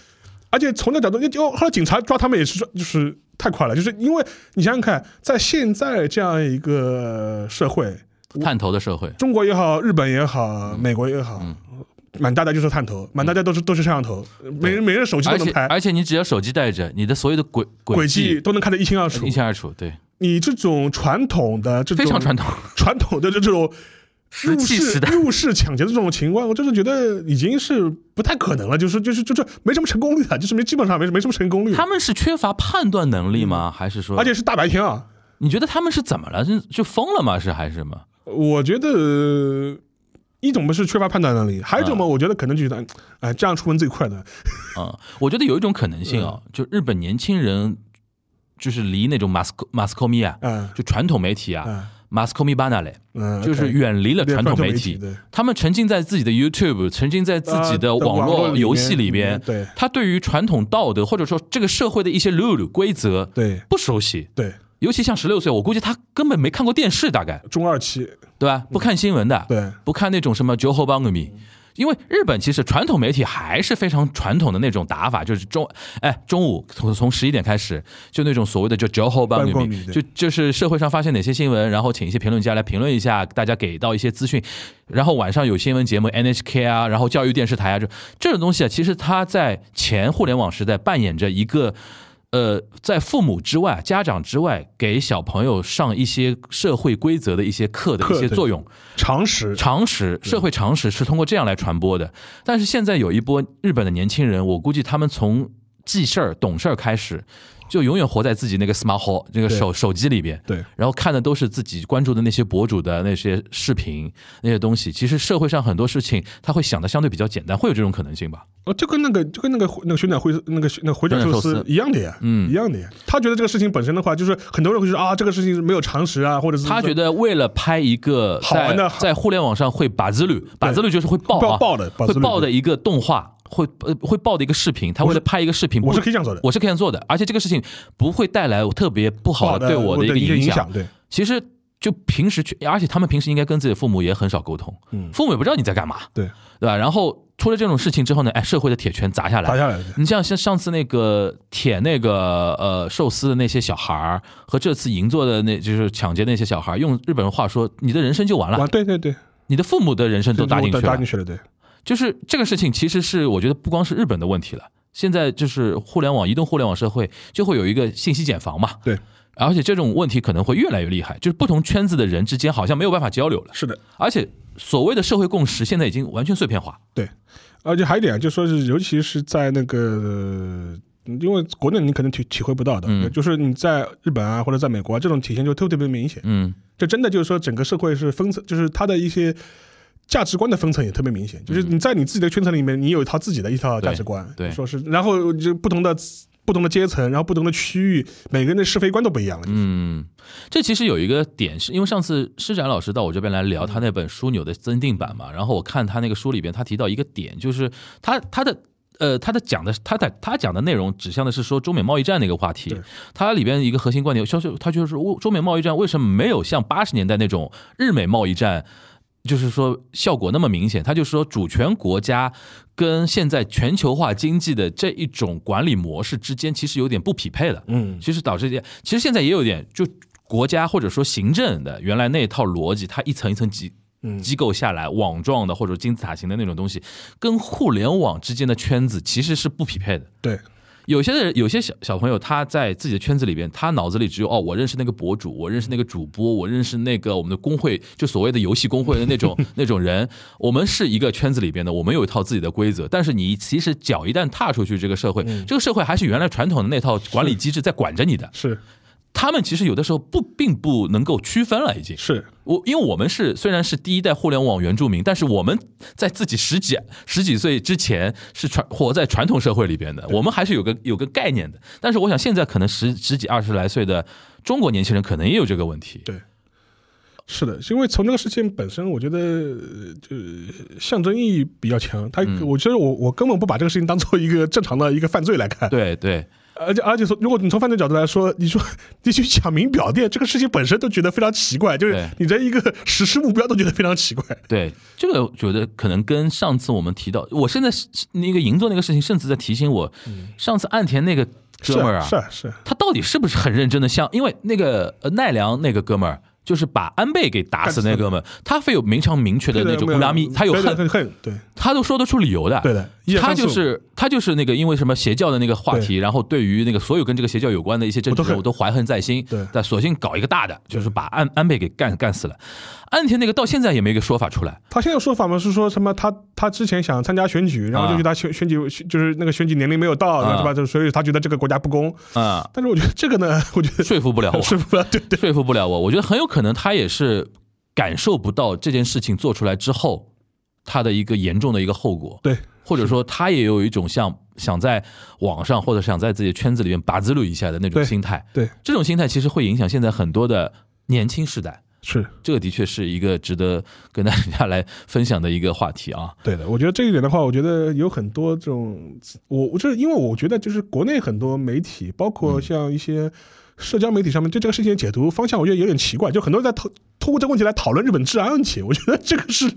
S4: 而且从这角度，就就后来警察抓他们也是说就是太快了，就是因为你想想看，在现在这样一个社会，
S5: 探头的社会，
S4: 中国也好，日本也好，美国也好，满大街就是探头，满大街都是、都是摄像头，每人每人手机都
S5: 而
S4: 能
S5: 且
S4: 拍，
S5: 而且你只要手机带着，你的所有的哎轨
S4: 轨迹都能看得一清二楚
S5: 一。清二楚，对，
S4: 你这种传统的这种
S5: 非常传统。
S4: 传统的这这种。
S5: 石
S4: 入
S5: 器时
S4: 室
S5: 代
S4: 入室抢劫的这种情况，我真的觉得已经是不太可能了，就是就是就是没什么成功率啊了，就是没基本上没没什么成功率，
S5: 他们是缺乏判断能力吗？还是说，
S4: 嗯而且是大白天啊，
S5: 你觉得他们是怎么了？是就疯了吗？是还是什么？
S4: 我觉得呃一种嘛是缺乏判断能力，还有一种嘛，我觉得可能觉得，哎，这样出门最快的。
S5: 啊、我觉得有一种可能性
S4: 嗯
S5: 啊、就日本年轻人就是离那种马斯科马斯科米啊，
S4: 嗯
S5: 就传统媒体啊，
S4: 嗯
S5: 马斯科米巴纳嘞，
S4: 嗯，
S5: 就是远离了传统媒体，
S4: 对
S5: 他们沉浸在自己的 YouTube，沉浸在自己的
S4: 呃
S5: 网
S4: 网络里
S5: 络
S4: 面
S5: 游戏里边，
S4: 嗯对
S5: 他对于传统道德或者说这个社会的一些 rule 规则
S4: 对
S5: 不熟悉，
S4: 对，
S5: 尤其像十六岁，我估计他根本没看过电视，大概
S4: 中二期，
S5: 对吧？不看新闻的，
S4: 嗯对
S5: 不看那种什么酒后帮个米。因为日本其实传统媒体还是非常传统的那种打法，就是中哎中午从从十一点开始，就那种所谓的就酒后帮个
S4: 帮个
S5: 米
S4: 米，对
S5: 就就是社会上发现哪些新闻，然后请一些评论家来评论一下，大家给到一些资讯，然后晚上有新闻节目 NHK 啊，然后教育电视台啊，就这种东西啊，其实它在前互联网时代扮演着一个呃，在父母之外、家长之外，给小朋友上一些社会规则的一些课的一
S4: 课
S5: 些
S4: 对
S5: 作用。
S4: 常识，
S5: 常识、
S4: 嗯
S5: 社会常识是通过这样来传播的。但是现在有一波日本的年轻人，我估计他们从记事儿、懂事儿开始，就永远活在自己那个 smartphone 那个
S4: 对
S5: 手手机里边。
S4: 对
S5: 然后看的都是自己关注的那些博主的那些视频、那些东西。其实社会上很多事情，他会想的相对比较简单，会有这种可能性吧？
S4: 哦，就跟那个就跟那个那个旋转回那个那个回转寿
S5: 回
S4: 司
S5: 转寿司
S4: 一样的呀，
S5: 嗯
S4: 一样的呀。他觉得这个事情本身的话，就是很多人会说啊，这个事情是没有常识啊，或者是
S5: 他觉得为了拍一个
S4: 好玩
S5: 在
S4: 的
S5: 在互联网上会把子率，把子率就是会爆啊，
S4: 爆爆的把
S5: 会
S4: 子率
S5: 爆的一个动画，会呃会爆的一个视频，他为了拍一个视频，
S4: 我是
S5: 不
S4: 可以这样做的
S5: 我是可以这样做的，而且这个事情不会带来特别不好的对我
S4: 的
S5: 的一个
S4: 影
S5: 影响。
S4: 对，
S5: 其实就平时去，而且他们平时应该跟自己的父母也很少沟通，
S4: 嗯
S5: 父母也不知道你在干嘛，
S4: 对，
S5: 对吧？然后出了这种事情之后呢，哎，社会的铁拳砸下来，
S4: 打下来的。
S5: 你像像上次那个舔那个呃寿司的那些小孩儿，和这次银座的那就是抢劫那些小孩儿，用日本人话说，你的人生就完了
S4: 啊，，对对对，
S5: 你的父母的人生都搭进去
S4: 搭
S5: 了
S4: 进。去了，对，
S5: 就是这个事情，其实是我觉得不光是日本的问题了，现在就是互联网、移动互联网社会就会有一个信息茧房嘛。
S4: 对，
S5: 而且这种问题可能会越来越厉害，就是不同圈子的人之间好像没有办法交流了，
S4: 是的，
S5: 而且所谓的社会共识现在已经完全碎片化。
S4: 对。而且还有一点，就说是尤其是在那个，呃因为国内你可能体体会不到的，
S5: 嗯
S4: 就是你在日本啊或者在美国啊，这种体现就特别特别明显。
S5: 嗯
S4: 这真的就是说，整个社会是分层，就是它的一些价值观的分层也特别明显。就是你在你自己的圈层里面，你有一套自己的一套价值观，
S5: 嗯对对
S4: 说是，然后就不同的不同的阶层，然后不同的区域，每个人的是非观都不一样了。
S5: 嗯，这其实有一个点，是因为上次施展老师到我这边来聊他那本枢纽的增订版嘛，然后我看他那个书里边，他提到一个点，就是他他的。呃，他的讲的，他的他讲的内容指向的是说中美贸易战那个话题
S4: 对，
S5: 它里边一个核心观点，就是他就是说哦中美贸易战为什么没有像八十年代那种日美贸易战，就是说效果那么明显？他就说主权国家跟现在全球化经济的这一种管理模式之间其实有点不匹配了。
S4: 嗯，
S5: 其实导致一点，其实现在也有点，就国家或者说行政的原来那一套逻辑，它一层一层机
S4: 嗯
S5: 机构下来，网状的或者金字塔型的那种东西，跟互联网之间的圈子其实是不匹配的。
S4: 对，
S5: 有些人，有些小小朋友，他在自己的圈子里边，他脑子里只有哦，我认识那个博主，我认识那个主播，我认识那个我们的工会，就所谓的游戏工会的那种那种人。我们是一个圈子里边的，我们有一套自己的规则，但是你其实脚一旦踏出去这个社会，这个社会还是原来传统的那套管理机制在管着你的。
S4: 是
S5: 他们其实有的时候不并不能够区分了，已经。
S4: 是，
S5: 我因为我们是虽然是第一代互联网原住民，但是我们在自己十几十几岁之前是传活在传统社会里边的，我们还是有个有个概念的。但是我想现在可能十十几二十来岁的中国年轻人可能也有这个问题。
S4: 对，是的，因为从这个事件本身，我觉得呃就是象征意义比较强。他，
S5: 嗯
S4: 我觉得我我根本不把这个事情当做一个正常的一个犯罪来看。
S5: 对对
S4: 而且而且从如果你从犯罪角度来说，你说你去抢名表店这个事情本身都觉得非常奇怪，就是
S5: 对
S4: 你的一个实施目标都觉得非常 奇怪。
S5: 对，这个我觉得可能跟上次我们提到，我现在是那个银座那个事情，甚至在提醒我，上次岸田那个哥们嗯儿啊，
S4: 是啊是啊
S5: 他到底是不是很认真的像？因为那个呃奈良那个哥们儿，就是把安倍给打死那哥们儿，他非有明常明确
S4: 是
S5: 的那种
S4: 没有
S5: 乌拉米，他有
S4: 对对
S5: 恨，
S4: 很恨，对
S5: 他都说得出理由的。
S4: 对的一二
S5: 他
S4: 三四五
S5: 就是他就是那个因为什么邪教的那个话题，
S4: 对
S5: 然后对于那个所有跟这个邪教有关的一些政治人
S4: 我
S5: 物
S4: 都
S5: 都怀恨在心
S4: 对，
S5: 但索性搞一个大的，就是把安安倍给干干死了。安田那个到现在也没一个说法出来。
S4: 他现在说法嘛是说什么他他之前想参加选举，然后就觉
S5: 啊
S4: 得他选选举就是那个选举年龄没有到，
S5: 啊
S4: 对吧？就所以他觉得这个国家不公。
S5: 啊，
S4: 但是我觉得这个呢，我觉得
S5: 说服不了我，
S4: 说服了，对对
S5: 说服不了我。我觉得很有可能他也是感受不到这件事情做出来之后，他的一个严重的一个后果。
S4: 对，
S5: 或者说他也有一种像想在网上或者想在自己的圈子里面拔自律一下的那
S4: 对
S5: 种心态。
S4: 对，
S5: 这种心态其实会影响现在很多的年轻世代。
S4: 是
S5: 这个的确是一个值得跟大家来分享的一个话题 啊。
S4: 对的。我觉得这一点的话，我觉得有很多这种，我我就是因为我觉得就是国内很多媒体，包
S5: 嗯
S4: 括像一些社交媒体上面对这个事情的解读方向，我觉得有点奇怪，就很多人在讨通过这个问题来讨论日本治安问题，我觉得这个是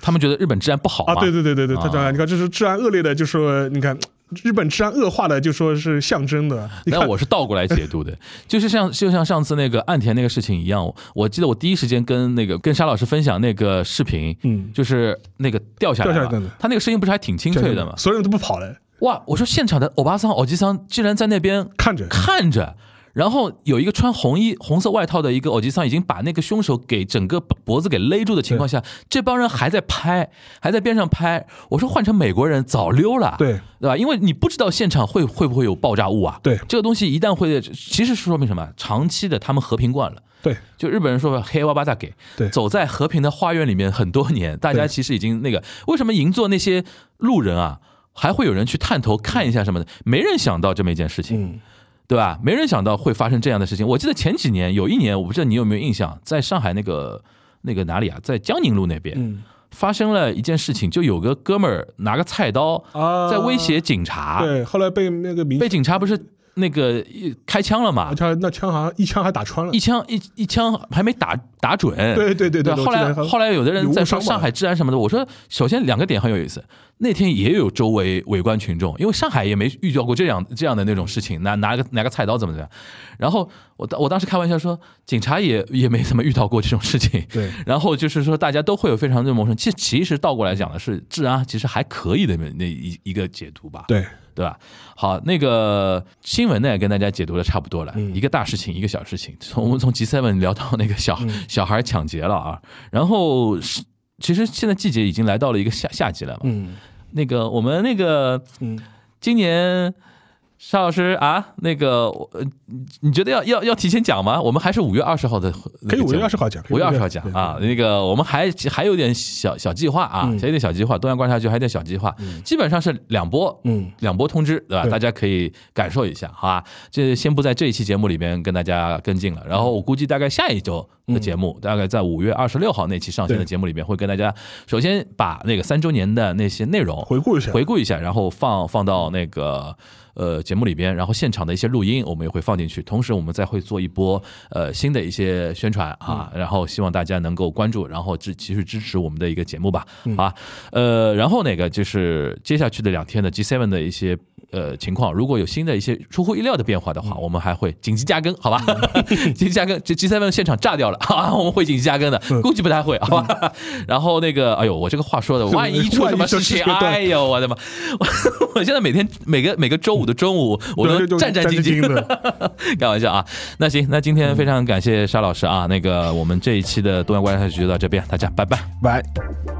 S5: 他们觉得日本治安不好
S4: 啊，
S5: 嘛？
S4: 对对对对对，
S5: 啊
S4: 他讲、你看这是治安恶劣的，就说你看日本治安恶化的，就说是象征的，你
S5: 那
S4: 看
S5: 我是倒过来解 读的，就是像就像上次那个岸田那个事情一样，我我记得我第一时间跟那个跟沙老师分享那个视频，
S4: 嗯
S5: 就是那个掉下来
S4: 掉
S5: 了
S4: 下来的
S5: 他那个声音不是还挺清脆的吗？
S4: 所有人都不跑了，
S5: 哇，我说现场的欧巴桑、欧吉桑竟然在那边
S4: 看 着
S5: 看着。然后有一个穿红衣、红色外套的一个欧吉桑，已经把那个凶手给整个脖子给勒住的情况下，这帮人还在拍，还在边上拍。我说换成美国人早溜了，
S4: 对
S5: 对吧？因为你不知道现场会会不会有爆炸物啊。
S4: 对
S5: 这个东西一旦会，其实是说明什么？长期的他们和平惯了。
S4: 对
S5: 就日本人说吧，黑哇巴大给，
S4: 对
S5: 走在和平的花园里面很多年，大家
S4: 对
S5: 其实已经那个，为什么银座那些路人啊，还会有人去探头看一下什么的？没人想到这么一件事情，
S4: 嗯
S5: 对吧？没人想到会发生这样的事情。我记得前几年有一年，我不知道你有没有印象，在上海那个那个哪里啊，在江宁路那边，
S4: 嗯
S5: 发生了一件事情，就有个哥们儿拿个菜刀
S4: 啊
S5: 在威胁警察，
S4: 对，后来被那个民
S5: 啊被警察不是那个一开枪了嘛
S4: 那，枪那枪好像一枪还打穿了
S5: 一，枪一一枪还没打打准，
S4: 对对对对
S5: 对吧
S4: 我
S5: 后来
S4: 记得
S5: 后来有的人在说
S4: 有误伤吧
S5: 上海治安什么的，我说首先两个点很有意思，那天也有周围围观群众，因为上海也没遇到过这样这样的那种事情，拿拿个拿个菜刀怎么怎么样。然后我当我当时开玩笑说，警察也也没怎么遇到过这种事情。
S4: 对
S5: 然后就是说大家都会有非常这种陌生，其实其实倒过来讲的是治安其实还可以的那那一一个解读吧。。
S4: 对，
S5: 对吧？好，那个新闻呢，也跟大家解读的差不多了，
S4: 嗯
S5: 一个大事情，一个小事情。 从我们从 G seven 聊到那个小、
S4: 嗯
S5: 小孩抢劫了啊，然后是其实现在季节已经来到了一个夏夏季了嘛。
S4: 嗯
S5: 那个我们那个
S4: 嗯，
S5: 今年沙老师啊，那个我呃你你觉得要要要提前讲吗？我们还是五月二十号的，
S4: 可以五月
S5: 号。
S4: 二十号讲，可以
S5: 五月二十号讲啊，那个我们还还有点小小计划
S4: 嗯
S5: 啊，还有点小计划，东阳观察局还有点小计划，基本上是两波，
S4: 嗯，
S5: 两波通知，对吧？
S4: 对
S5: 大家可以感受一下，好吧？这先不在这一期节目里边跟大家跟进了，
S4: 嗯
S5: 然后我估计大概下一周的节目，大概在五月二十六号那期上线的
S4: 对
S5: 节目里边，会跟大家首先把那个三周年的那些内容
S4: 回顾一下，
S5: 回顾一下，然后放放到那个呃节目里边，然后现场的一些录音我们也会放进去，同时我们再会做一波呃新的一些宣传啊，
S4: 嗯
S5: 然后希望大家能够关注，然后支继续支持我们的一个节目吧，
S4: 嗯
S5: 啊，呃，然后那个就是接下去的两天的 G7 的一些。呃，情况如果有新的一些出乎意料的变化的
S4: 嗯
S5: 话，我们还会紧急加更，好吧？ 紧急加更，这 G 7 n 现场炸掉了 啊，我们会紧急加更的，
S4: 嗯
S5: 估计不太会，好吧？然后那个，哎呦，我这个话 说的，万一出什么事
S4: 万
S5: 情，
S4: 一出事情对
S5: 哎呦我的妈！ 我我现在每天每个每个周五的中午，我
S4: 嗯对就
S5: 都战战兢
S4: 兢嗯
S5: 兢的，
S4: 的，
S5: 开玩笑啊。那行，那今天非常感谢沙老师啊，那个我们这一期的东阳观察局就到这边，大家拜拜。
S4: 拜。